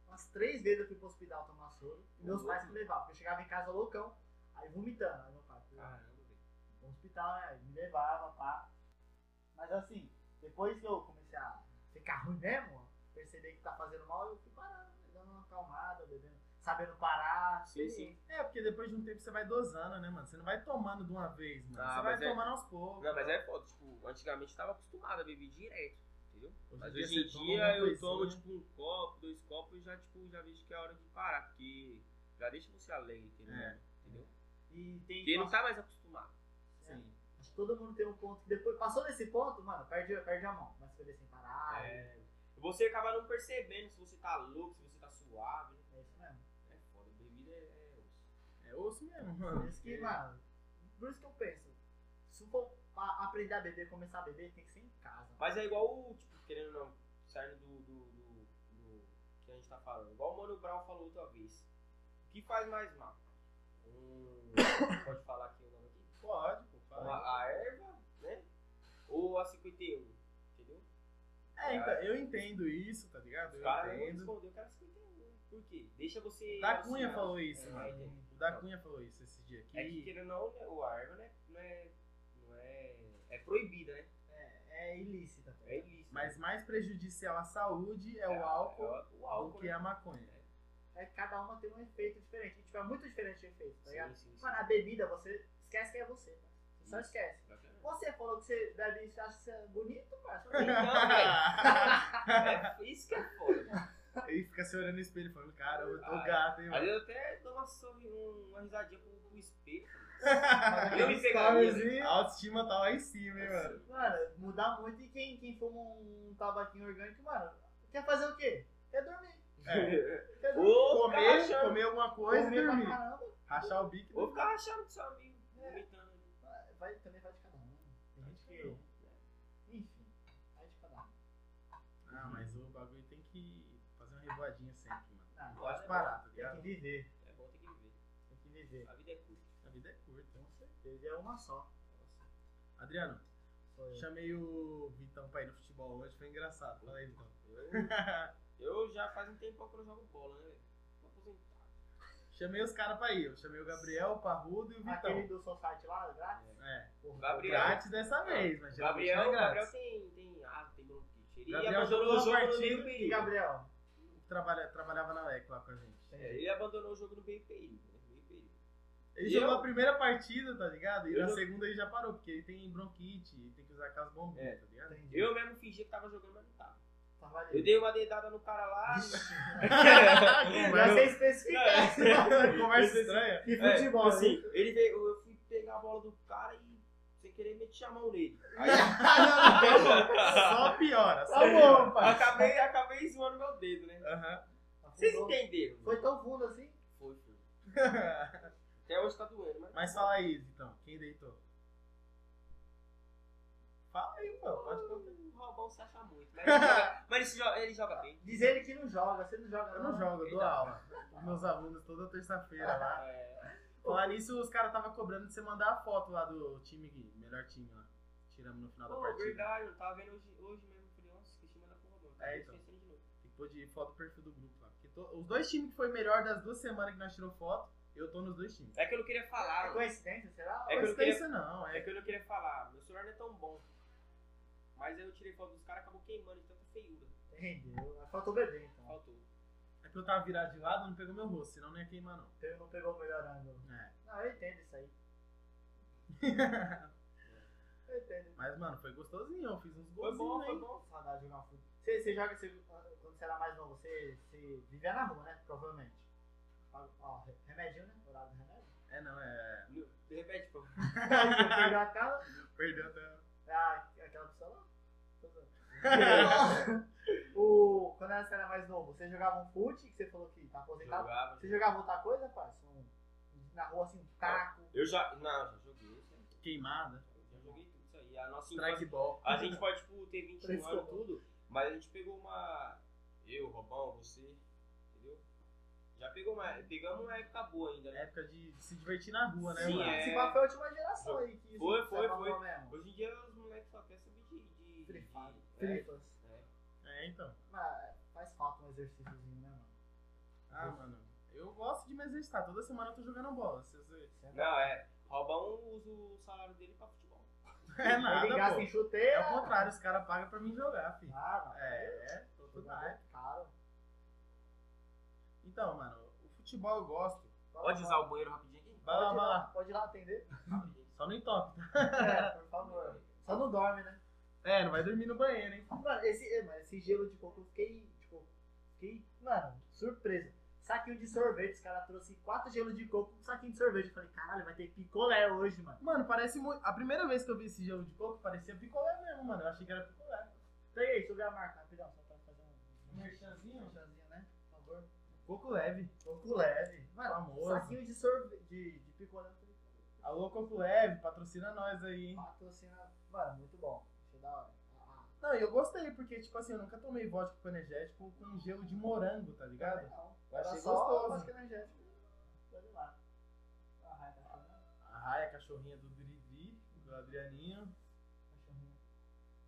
umas três vezes eu fui pro hospital tomar soro. E meus Louco. pais que me levavam, porque eu chegava em casa loucão, aí vomitando. Aí meu pai, pô, Ah, Caramba, velho. no hospital, né? Ele me levava, pá. Mas assim, depois que eu comecei a ficar ruim mesmo, perceber que tá fazendo mal, eu fui parando, né, dando uma acalmada, bebendo, sabendo parar. Sim, sei. É, porque depois de um tempo você vai dosando, né, mano? Você não vai tomando de uma vez, mano. Ah, você vai mas é- tomando aos poucos. Não, mas é foda, tipo, antigamente eu tava acostumado a beber direto, entendeu? Hoje Mas em hoje em você toma uma dia eu coisinha. tomo né? tipo um copo, dois copos e já, tipo, já vejo que é hora de parar, porque já deixa você alegre, entendeu? É. entendeu? E tem Porque não tá mais acostumado. É. Sim. Acho que todo mundo tem um ponto que depois passou desse ponto, mano, perde, perde a mão. Mas beber sem parar. É. É, Você acaba não percebendo se você tá louco, se você tá suave. né? isso mesmo. É foda, bebida é. é osso. É osso mesmo, mano. Por isso É. que, mano, por isso que eu penso. Se for pra aprender a beber, começar a beber, tem que ser em casa. Mas é igual o, tipo, querendo ou não, saindo do, do, do, do que a gente tá falando. Igual o Mano Brown falou outra vez. O que faz mais mal? Um, pode falar aqui o nome aqui? Pode, pô, fala. aí. A, a erva, né? Ou a 51, entendeu? É, então, eu entendo isso, tá ligado? Os Eu caras não entendo. respondeu, o cara 51. né? Por quê? Deixa você. Da Cunha alucinar. falou isso, É, mano. entendeu? O da Cunha falou isso esse dia aqui. É que querendo ou não, né, o arma né, não é. Não é. É proibida, né? É, é ilícita. tá É ligado? ilícito. Mas mais prejudicial à saúde é, o álcool É o, o do álcool. que né? a maconha. É que cada uma tem um efeito diferente. E, tipo, é muito diferente o efeito, tá é Sim, ligado? sim, sim. Mano, a bebida, você esquece que é você. cara. Você só Isso. esquece. Bacana. Você falou que você bebe e acha que você é bonito, cara. Só que- Então, Ah. É isso que é foda. e fica se olhando no espelho falando, cara, eu tô Ah, gato, hein, Às mano. vezes eu até dou uma, sorri, um- uma risadinha pro, pro espelho. Mas Eu aquele me pegaria. stories, hein? A autoestima tá lá em cima, hein, mano. Mano, mudar muito e quem, quem fuma um tabaquinho orgânico, mano, quer fazer o quê? Quer dormir. Quer dormir. Ou ficar É, Comer, achando, comer alguma coisa Comer e pra dormir. caramba. Rachar o bico. e ou dormir. ficar achando que seu amigo vomitando. né? Ah, Vai, também vai de cada um. Tem gente que. é. Enfim, vai de cada um. Ah, mas o bagulho tem que fazer uma revoadinha sempre, mano. Ah, Não pode parar, tá Tem que ligado? viver. É bom ter que viver. Tem que viver. A vida é curta. A vida é curta. Com certeza. É uma só. Adriano, Foi. Chamei o Vitão pra ir no futebol hoje, foi engraçado. Fala aí, Vitão. Eu, eu já faz um tempão que eu não jogo bola, né, velho? Tô aposentado. Chamei os caras pra ir. Eu chamei o Gabriel, o Parrudo e o Aquele Vitão. do society lá, grátis? É, Porra, Gabriel. grátis dessa vez, mas geralmente Gabriel, não é Gabriel grátis. tem, tem água, tem bronquite. Ele Gabriel abandonou o jogou uma jogo no partida meio do E período. Gabriel? Trabalha, trabalhava na LEC lá com a gente. É, ele abandonou o jogo no meio período, né? Meio período. Ele E jogou eu? a primeira partida, tá ligado? E Eu na não- segunda ele já parou, porque ele tem bronquite, ele tem que usar aquelas É, bombinhas, tá ligado? Entendi. Eu mesmo fingi que tava jogando, mas não tava. Tá valendo. Eu dei uma dedada no cara lá. né? Vai ser especificado. Conversa estranha. E É, futebol, tipo assim, hein? ele veio, eu fui pegar a bola do cara e sem querer meti a mão nele. Aí Só piora, só Tá é, bom, piora. eu pai. acabei, acabei zoando meu dedo, né? Aham. Vocês Afundou. entenderam? Foi tão fundo assim? Foi, foi. Até hoje tá doendo, mas. Mas fala aí, então, quem deitou? Fala aí, pô, pode contar. O Robão se acha muito. Mas ele joga, mas ele joga- ele joga bem. Diz ele que não joga, você não joga Eu Ah. não jogo, Então. eu dou aula. Os meus alunos toda terça-feira lá. É, Lá nisso, os caras estavam cobrando de você mandar a foto lá do time, Gui, melhor time lá. Tiramos no final da pô, partida. verdade, eu tava vendo hoje, hoje mesmo. Falei, nossa, esqueci de mandar pro Robão. Tá É, então. esquecendo de novo. Tem que pôr de foto do perfil do grupo lá. Porque to- os dois times que foi melhor das duas semanas que nós tirou foto, eu tô nos dois times. É que eu não queria falar. É mano. coincidência, É será? que eu não Coincidência não, É é. que eu não queria falar. Meu celular não é tão bom. Mas aí eu tirei foto dos caras, acabou queimando de tanta feiura. Entendeu. né? Faltou beber, então. Faltou. É que eu tava virado de lado, não pegou meu rosto, senão não ia queimar não. Então Ele não pegou o melhor ângulo. É. Não, eu entendo isso aí. Eu entendo. Mas, mano, foi gostosinho, eu fiz uns Foi golzinhos, bom, foi hein? bom. Saudade de jogar futebol. Você, você joga, você, quando você era mais novo, você, você vivia na rua, né? Provavelmente. Ó, ó, re- remedinho, né? Horário do remédio. É, não, é... De repente, pô. Você perdeu a casa, Perdeu até... a- aquela pessoa lá. Tô zoando. o, quando você era mais novo, você jogava um fute, que você falou que tá aposentado. Jogava. Você jogava outra coisa, parceiro? Um- na rua, assim, um taco. Eu já. Não, já joguei. isso aí. Queimada, Já joguei tudo isso aí. A nossa infância. strikeball. A gente pode, tipo, ter 21 Frescou. anos e tudo, mas a gente pegou uma. Eu, Robão, você, entendeu? Já pegou uma. Pegamos uma época boa ainda, né? É Época de se divertir na rua, né, Sim, mano? é. Esse papo Assim, foi a última geração aí que isso Foi, se foi, acabou foi. mesmo. Hoje em dia os moleques só querem saber de. de, de, Free Fire. é, Tripas. é. É, então. Mas faz falta um exercíciozinho, né, mano? Ah, mano, eu gosto de me exercitar. Toda semana eu tô jogando bola. Se você- Isso é bom. Não, é. Robão usa o salário dele pra futebol. É Ele nada, gasta em pô. chuteira. É o contrário, os caras pagam pra mim jogar, filho. Ah, mano. É, é, tô Tudo tudo bem. é caro. Então, mano, o futebol eu gosto. Pode usar o banheiro rapidinho aqui? Vai lá, Pode ir vai lá, lá. Pode ir lá atender? Rapidinho. Só no em top, tá? É, por favor. Só não dorme, né? É, não vai dormir no banheiro, hein? Mano, esse, é, mano, esse gelo de coco eu fiquei, tipo, fiquei, mano, surpreso. Saquinho de sorvete, os caras trouxeram quatro gelos de coco, um saquinho de sorvete. Eu falei, caralho, vai ter picolé hoje, mano. Mano, parece muito. A primeira vez que eu vi esse gelo de coco, parecia picolé mesmo, mano. Eu achei que era picolé. Então e aí, deixa eu ver a marca rapidão, só pra fazer um... Um merchanzinho? Um merchanzinho, né? Por favor. Coco leve. Coco leve. Mano, Famoso. saquinho de sorvete, de, de picolé. eu falei, Alô, Coco Leve, patrocina nós aí, hein? Patrocina, assim, ah, mano, muito bom. Achei da hora. Ah, Não, e eu gostei, porque, tipo assim, eu nunca tomei vodka com energético com gelo de morango, tá ah, ligado? legal. Eu achei Era só gostoso. vodka energética. Pode ir lá. Ah, raia, tá chorando? A Raia, a cachorrinha do Dridri, do Adrianinho. Cachorrinho.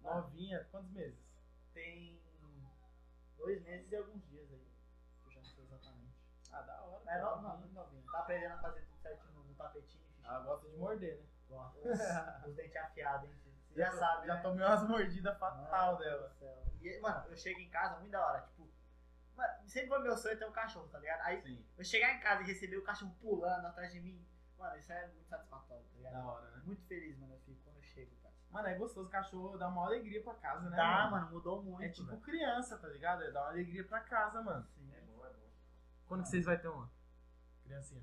Novinha, quantos meses? Tem dois meses e alguns dias aí. Eu já não sei exatamente. Ah, da hora. Mas não, não, novinha. muito novinho. Tá aprendendo a fazer tudo certinho no tapetinho. xixi. Ela gosta de morder, né? Gosta. Os, os dentes afiados, hein? Você já, sabe. Já né? tomei umas mordidas Mano fatal né, do dela. céu. E, mano, eu chego em casa muito da hora. Tipo, mano, sempre foi meu sonho ter um cachorro, tá ligado? Aí Sim, eu chegar em casa e receber o cachorro pulando atrás de mim. Mano, isso é muito satisfatório, tá ligado? da hora, né? Muito feliz, mano, eu fico quando eu chego, cara. Mano, é gostoso, o cachorro dá uma alegria pra casa, né? Tá, mano, mudou muito. É tipo velho. criança, tá ligado? É dar uma alegria pra casa, mano. Sim. bom, é bom. Quando que vocês vão ter uma? Criancinha.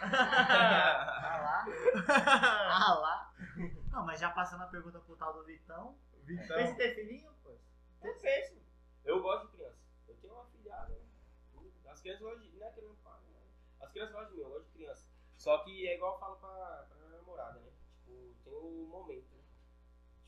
Ah lá. Ah é. lá. Não, mas já passando a pergunta pro tal do Vitão. Fez Vitão. ter filhinho, pô? é Eu penso. Eu gosto de criança. Eu tenho uma filhada, né? Tudo. As crianças gostam de. Não é que eu não falo, né? As crianças gostam de mim, eu gosto de criança. Só que é igual eu falo pra, pra minha namorada, né? Tipo, tem o momento, né?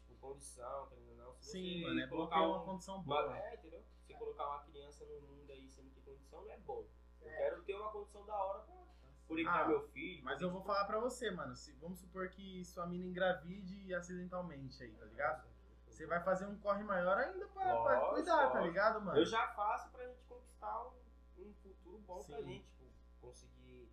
Tipo, condição, querendo ou não. Se Sim, você mano, é bom ter colocar uma um. condição uma- boa. é, entendeu? Você colocar uma criança no mundo aí sem ter condição não é bom. Eu quero ter uma condição da hora pra Furei que tá Ah, meu filho. Mas eu vou falar pra você, mano. Se, vamos supor que sua mina engravide acidentalmente aí, tá ligado? Você vai fazer um corre maior ainda pra, pra Lógico, cuidar, tá lógico. ligado, mano? Eu já faço pra gente conquistar um, um futuro bom pra Sim. gente. Tipo, conseguir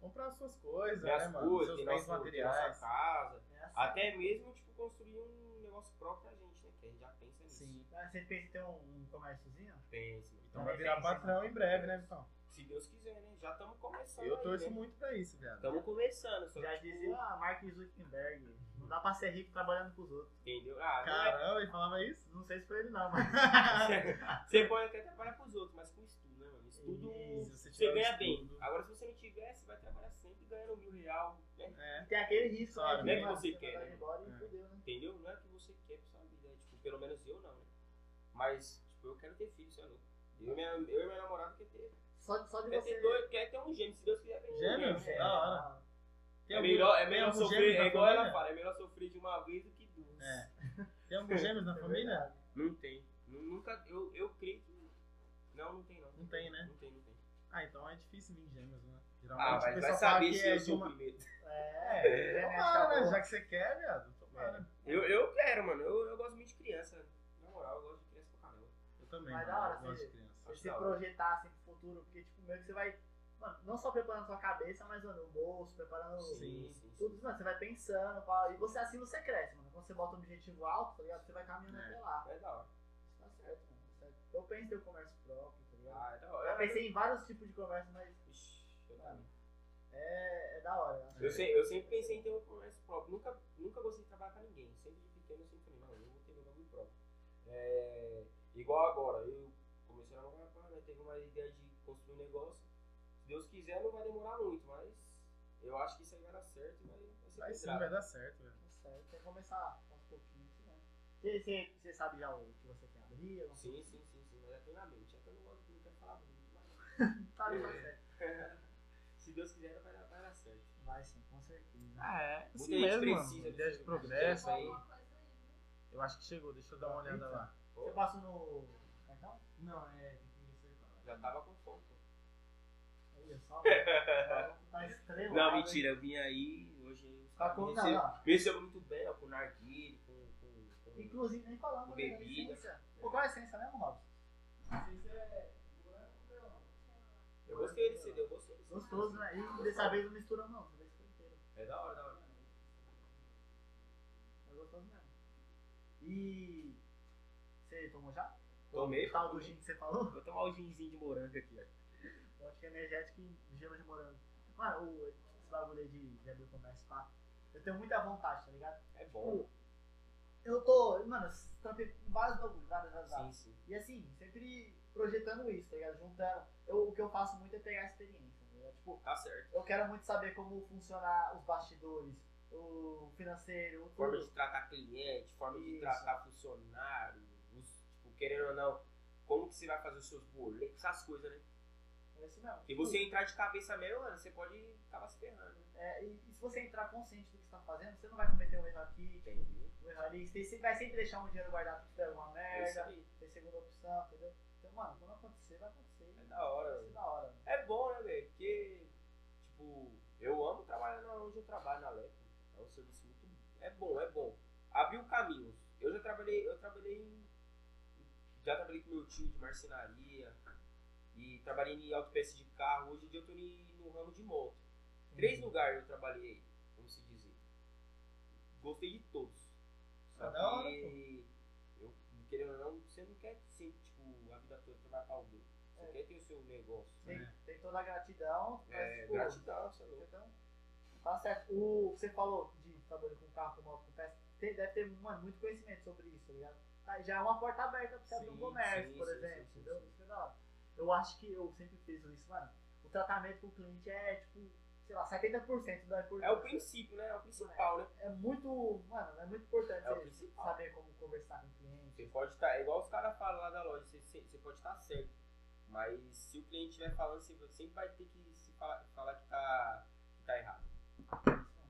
Comprar suas coisas, ver né, as mano? coisas, Seus ter bens nosso- ter nossa materiais. casa. É assim. Até mesmo, tipo, construir um negócio próprio pra gente, né? Que a gente já pensa nisso. Sim. Mas Você pensa em ter um, um comérciozinho? Pensa. é Então Não, vai mas virar tem esse- patrão em breve, né, Vitão? Se Deus quiser, né? Já estamos começando. Eu torço aí, né? muito pra isso, viado. Estamos começando, só Já que, tipo, dizia ah, Mark Zuckerberg. Não dá pra ser rico trabalhando pros outros. Entendeu? Ah, não é- Caramba, ele falava isso? Não sei se foi ele não, mas. Você pode até trabalhar pros outros, mas com estudo, né, mano? Estudo. Isso, se tiver Você um ganha bem. estudo. Agora, se você não tiver, você vai trabalhar sempre ganhando mil real, né? É. Tem aquele risco, Claro, né? não é que mano, você você quer, vai né? embora e É. fudeu, né? Entendeu? Não é o que você quer pra sua vida. Tipo, pelo menos eu não, né? Mas, tipo, eu quero ter filho, você é louco. Eu e minha, eu e minha namorada quer ter. Só, só de Quer você. ter, dois, quer ter um gêmeo, se Deus quiser. tem um Gêmeos? gêmeo. Da hora. Ah, Tem É algum- melhor, é tem melhor algum sofrer, gêmeos na é igual ela família? fala, é melhor sofrer de uma vez do que duas. É. Tem alguns gêmeos na É família? verdade. Não tem. Nu- Nunca, eu, eu creio que. Não, não tem, não. Não tem, né? Não tem, não tem. Ah, então é difícil vir gêmeos, né? Ah, o mas vai pessoal saber fala se que é eu de sou uma- o primeiro. É, é, Tomara, né? Já que você quer, viado, tomara. Eu, eu quero, mano. Eu, eu gosto muito de criança. Na moral, eu gosto de criança pra caramba. Eu também, Mas da mano, hora, eu gosto você- de criança. acho Você da hora. projetar assim pro futuro, porque tipo, meio que você vai. Mano, não só preparando sua cabeça, mas mano, o bolso, preparando Sim. tudo, mano, você vai pensando, fala, e você assim você cresce, mano. Quando você bota um objetivo alto, tá ligado? Você vai caminhando É. até lá. É da hora. Isso tá certo, mano. tá certo. Eu penso em ter um comércio próprio, tá ligado? Ah, é da Eu hora. já pensei em vários tipos de comércio, mas Ixi, eu também. é, é da hora. eu acho. Eu, sei, eu sempre pensei em ter um comércio próprio. Nunca, nunca gostei de trabalhar pra ninguém. Sempre de pequeno, eu sempre falei, não, eu vou ter meu bagulho próprio. É, igual agora, eu comecei a namorar, pá, né, teve uma ideia de construir um negócio. Se Deus quiser, não vai demorar muito, mas eu acho que isso aí vai dar certo e vai, vai ser Vai sim, pesado. vai dar certo, velho. Tá certo. Tem que começar aos pouquinhos, né? Você, você, você sabe já o que você quer abrir? Não Sim, sim, sim, sim, mas é plenamente. É que eu não gosto, não quero falar muito, mas É. sabe, tá certo. se Deus quiser, vai dar, vai dar certo. Vai sim, com certeza. Ah, é. Muita gente precisa Ideia de disso. né? progresso aí. Alguma Eu acho que chegou, deixa eu dar uma olhada lá. Você passa no cartão? Não, é. tem que acertar. Já tava com fome. pô. Olha só, mano. tá estrelado. Não, hein? mentira, eu vim aí hoje. os Tá caras com- Me não, recebeu- não. me recebeu é muito bem, ó, com narguilha, com. com, com... Inclusive, nem falando né? Bebida. licença. Pô, qual é a essência mesmo, Robson? Eu gostei desse CD, eu gostei desse CD. Gostoso, né? E dessa vez não mistura não, dessa vez foi inteiro. É da hora, da hora. É gostoso mesmo. E... Você tomou já? Tomei, O tal pô. do gin que você falou? Vou tomar o ginzinho de morango aqui, ó. Eu acho que é energético e gelo de morango. Mano, o, esse bagulho aí de, de abrir o comércio, pá. Eu tenho muita vontade, tá ligado? É bom. Eu tô, mano, trampei com vários bagulhos, vários, vários, vários. Sim, sim. E assim, sempre projetando isso, tá ligado? Juntando. Eu, o que eu faço muito é pegar a experiência, tá ligado? Tipo, Tá certo. eu quero muito saber como funcionar os bastidores, o financeiro, o Forma tudo. de tratar cliente, forma de Isso. tratar funcionário, os- tipo, querendo ou não, como que você vai fazer os seus boletos, essas coisas, né? É isso mesmo. Se você entrar de cabeça mesmo, mano, você pode acabar se ferrando, né? É, e, e se você entrar consciente do que você tá fazendo, você não vai cometer um erro aqui, Entendeu? um erro ali. Você vai sempre deixar um dinheiro guardado se der alguma É isso merda. aí. tem segunda opção, entendeu? Então, mano, quando acontecer, vai acontecer. É da hora, Vai ser da hora. mano. É bom, né, velho? Porque, tipo, eu amo trabalhar na- onde eu trabalho, na LEP. É um serviço muito. É bom, é bom. Abriu caminhos. Eu já trabalhei, eu trabalhei em. Já trabalhei com meu tio de marcenaria. E trabalhei em autopeça de carro. Hoje em dia eu tô ni- no ramo de moto. Uhum. Três lugares eu trabalhei, vamos se dizer. Gostei de todos. Só Ah, da hora, que eu, querendo ou não, você não quer sempre, tipo, a vida toda trabalhar pra alguém. Você É. quer ter o seu negócio. Tem, tem toda a gratidão. né? É, tipo, gratidão, você é louco. Então, tá certo. O que você falou de trabalho com carro, com moto, com peça, tem- deve ter mano, muito conhecimento sobre isso, tá ligado? Tá, já é uma porta aberta pra você abrir um Sim, comércio, sim, por sim, exemplo. sim, sim, entendeu? sim. Isso é da hora. Eu acho que eu sempre fiz isso, mano. O tratamento com o cliente é tipo, sei lá, 70% da importância. É o princípio, né? É o principal, né? É muito, mano, é muito importante É o você principal. saber como conversar com o cliente. Você pode estar, é igual os caras falam lá da loja, você, você- você pode estar certo. Mas se o cliente estiver falando, você sempre vai ter que se falar, falar que, tá, que tá errado.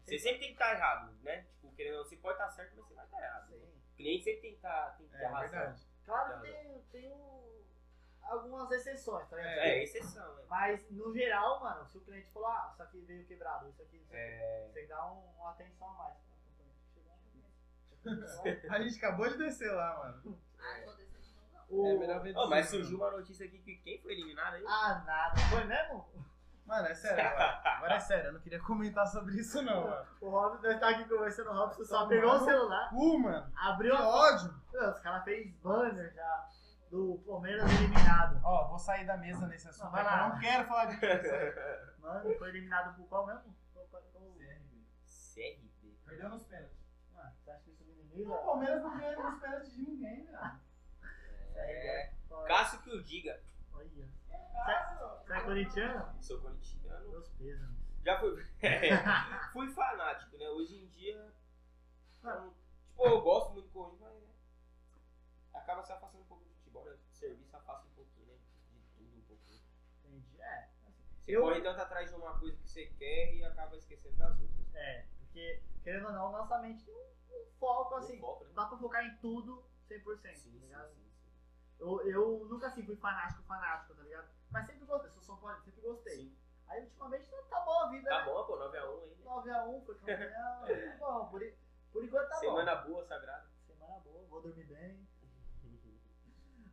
Você sempre tem que estar errado, né? Tipo, querendo ou não, você pode estar certo, mas você vai estar errado. né? Sim. O cliente sempre tem que estar tem que tá, ter É razão. verdade. Claro, Tá. tem, tem o, a algumas exceções, tá ligado? É, exceção, né? Mas, no geral, mano, se o cliente falar, ah, isso aqui veio quebrado, isso aqui, isso aqui É. você dá um- uma atenção a mais. pro componente que chegou um no cliente. A gente acabou de descer lá, mano. Ah, vou descer de novo, não. O- É melhor ver Ô, mas surgiu uma notícia aqui que quem foi eliminado aí? Ah, nada. Foi mesmo? Mano, é sério agora. Agora é sério, eu não queria comentar sobre isso não, mano. O Robson deve estar aqui conversando. O Robson só Tomara. pegou o celular, Uh, mano. Que abriu a ódio. Meu, Os caras fez banner já do Palmeiras eliminado. Ó, vou sair da mesa nesse assunto. Não, vai lá. eu não quero falar de isso. Mano, foi eliminado por qual mesmo? Qual- qual- qual- CRB. Perdeu nos pênaltis. Ah, Você acha que isso me O inimiga? Palmeiras não ganha nos pênaltis de ninguém, velho. É. Cássio que o diga. Olha. Você é corintiano? Sou corintiano. Meus pesos. Já fui. é, fui fanático, né? Hoje em dia. eu- tipo, eu gosto muito do Corinthians, mas. Né, acaba se afastando um pouco do futebol, né? O serviço afasta um pouquinho, né? De tudo um pouquinho. Entendi. É. Você Eu- corre tanto atrás de uma coisa que você quer e acaba esquecendo das outras. É, porque, querendo ou não, nossa mente tem um, um foco Não assim. foca, né? Não dá pra focar em tudo 100%, Sim, tá sim, ligado? sim, sim. Eu, eu nunca assim fui fanático, fanático, tá ligado? Mas sempre gostei, sou São Paulo, sempre gostei. Sim. Aí ultimamente tá- tá boa a vida, Tá né? bom, pô, 9x1 aí. né? 9x1, foi campeão, tá bom. Por, en- por enquanto tá bom. Semana boa, sagrada. Semana boa, vou dormir bem.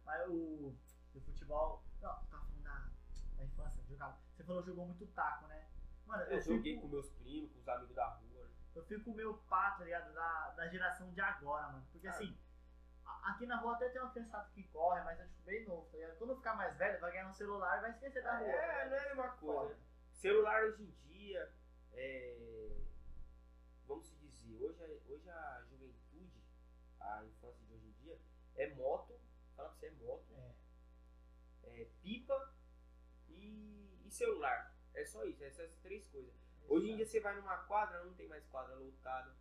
Mas o do futebol. Não, tá falando da, da infância, jogava. Você falou que jogou muito taco, né? Mano, eu, Eu joguei com fico, meus primos, com os amigos da rua. né? eu fico com o meu pato, tá ligado? Da, da geração de agora, mano. Porque Ah. assim, a- aqui na rua até tem uma criançada que corre, mas eu fico bem novo, tá ligado? Quando eu ficar mais velho, vai ganhar um celular e vai esquecer da rua. tá É, ligado? não é a mesma coisa. Foda. né? Celular hoje em dia, é, vamos se dizer, hoje, a- hoje a juventude, a infância de hoje em dia, é moto, fala pra você, é moto, É. é pipa e, e celular. É só isso, essas três coisas. Hoje em dia você vai numa quadra, não tem mais quadra lotada,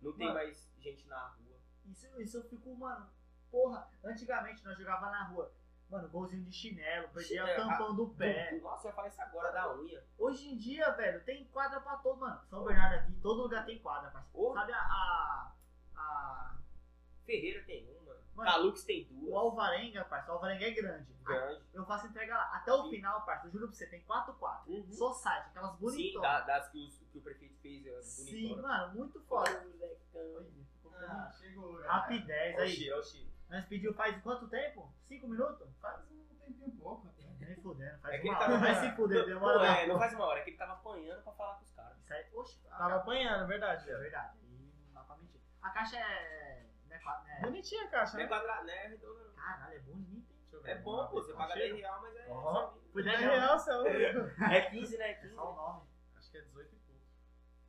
não tem Mano. mais gente na rua. Isso, isso eu fico, mano. Porra, antigamente nós jogava na rua. Mano, golzinho de chinelo, perdia o Chinelo, Ah, tampão do pé. Nossa, eu ia falar isso agora, da unha. Hoje em dia, velho, tem quadra pra todo, mano. São Bernardo aqui, todo lugar tem quadra, parceiro. Ô, Sabe a. a, a- Ferreira tem uma, Mano. Calux tem o duas, Alvarenga, parceiro. O Alvarenga é grande. grande. Eu faço entrega lá. Até o Sim. final, parceiro, eu juro pra você, tem quatro quadras. Uhum. Só site, aquelas Sim, bonitonas. da- das que, os- que o prefeito fez, é Sim, bonitona. mano, muito foda. Olha Olha, ficou Ah, bonito. chegou, velho. Rapidez o aí. Chiro, olha o Chiro. Nós pediu faz quanto tempo? Cinco minutos? Faz um tempinho pouco, até. Nem fudendo, faz É que uma ele hora. tava- Vai se fuder, demora Não, lá. é, não Tá faz uma hora, é que ele tava apanhando pra falar com os caras. Isso aí, oxe, a Tava apanhando, verdade, caixa, é velho. verdade. Aí não dá pra mentir. A caixa é. Né, qua- né, Bonitinha a caixa, Não é né? quadrado, não é redondo, não. caralho, é bonita, hein? Deixa eu ver. É bom, pô, você paga 10 real, mas é. Ó. Foi 10 10 reais. real, seu. É 15, né? É É 15. só o nome. Acho que é 18 e pouco.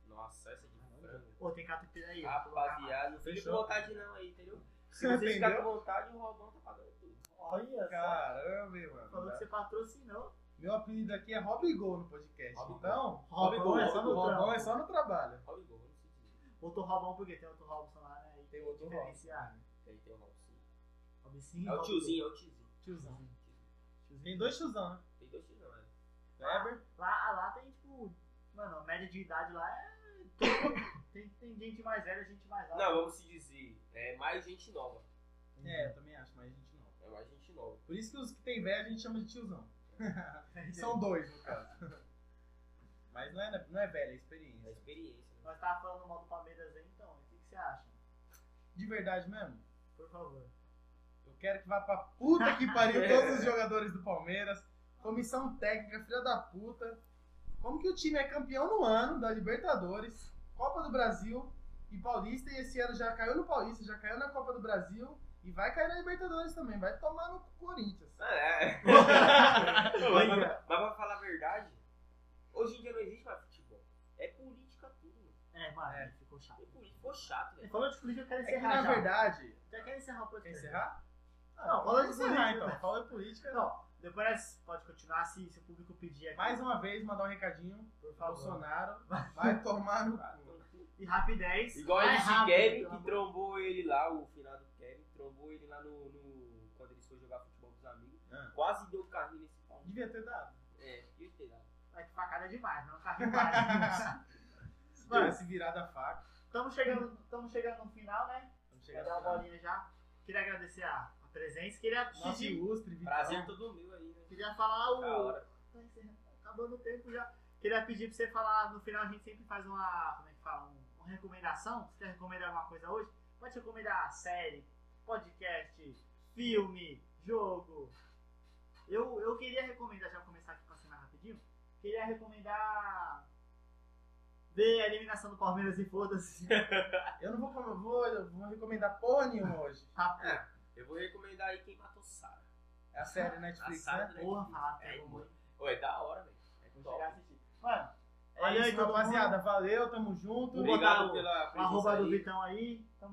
Nossa, essa é de frango. Ô, tem catupiry aí. ó, vou colocar Rapaziada, não fica com Fechou. vontade não aí, entendeu? Se você ficar com vontade, o Robão tá pagando tudo. mais. Olha só. Caramba, hein, Falou que mano. você patrocinou. Meu apelido aqui é Robigol no podcast. Rob Gol. Então, Robão Gol, é Rob só Gol, no o Robão trampo. é só no trabalho. Rob Gol, não se diz. Outro Robão, porque tem outro Robson lá, né? E Tem outro diferenciar. Tem, tem o Robson. Robicinho, É o Robson. tiozinho, é o tiozinho. Tiozão. Tem Tiozinho. dois tiozão, né? Tem dois tios, não, é. Kleber. Lá, lá tem, tipo. Mano, a média de idade lá é. Tem, tem gente mais velha, gente mais alta. Não, vamos se dizer, é mais gente nova. É, eu também acho, mas a gente não. É mais gente nova. Por isso que os que tem velho a gente chama de tiozão. São dois, no caso. Mas não é, não é velho, é É experiência. experiência, né? Nós tava falando mal do Palmeiras aí, então. O que, que você acha? De verdade mesmo, Por favor. eu quero que vá pra puta que pariu todos os jogadores do Palmeiras. Comissão técnica, filha da puta. Como que o time é campeão no ano da Libertadores, Copa do Brasil e Paulista, e esse ano já caiu no Paulista, já caiu na Copa do Brasil e vai cair na Libertadores também. Vai tomar no Corinthians. Ah, é. Não, É, mas, mas, mas pra falar a verdade, hoje em dia não existe mais futebol. É política tudo, mano. É, mano, É. ficou chato. É política, ficou chato, velho. Falou de política, eu quero É que encerrar na já. verdade. Já quero encerrar o Quer podcast. encerrar? Ah, Não, fala de encerrar política, então. velho. Fala de política. Não, depois nós pode continuar se, se o público pedir aqui. Mais uma vez, mandar um recadinho. por favor. Bolsonaro vai tomar no cu. E rapidez. Igual a mais MC rápido, tá Kevin, pelo que amor- trombou ele lá, o final do Kevin, trombou ele lá no, no- quando ele foi jogar futebol com os amigos. Ah. Quase deu carrinho nesse pau. Devia ter dado. É, devia ter dado. Vai que facada é demais, não tá demais. Se Mano. tivesse virado a faca. Estamos chegando, tamo chegando no final, né? Vamos Vai chegar dar no uma bolinha já. Queria agradecer a, a Presentes, queria Nossa, pedir. ilustre, Prazer Vitão. todo meu aí, né? Queria falar Da o. hora. Acabando o tempo já. Queria pedir pra você falar, no final a gente sempre faz uma. Como é que fala? Um- Uma recomendação. Você quer recomendar alguma coisa hoje? Pode recomendar série, podcast, filme, jogo. Eu, eu queria recomendar, já começar aqui pra assinar rapidinho. Queria recomendar. Ver a eliminação do Palmeiras e foda-se. Eu não vou, eu vou, eu vou recomendar porra nenhuma hoje. Rapaz, Eu vou recomendar aí quem matou Sara. É a série Netflix, Assado, né? né? porra, falar, É, pegou muito. Pô, é da hora, velho. É Vou top. chegar a assistir. Mano, É Valeu aí, isso, todo mundo. rapaziada. Valeu, tamo junto. Vou botar Obrigado o- pela o arroba presença do aí. Vitão aí. Tamo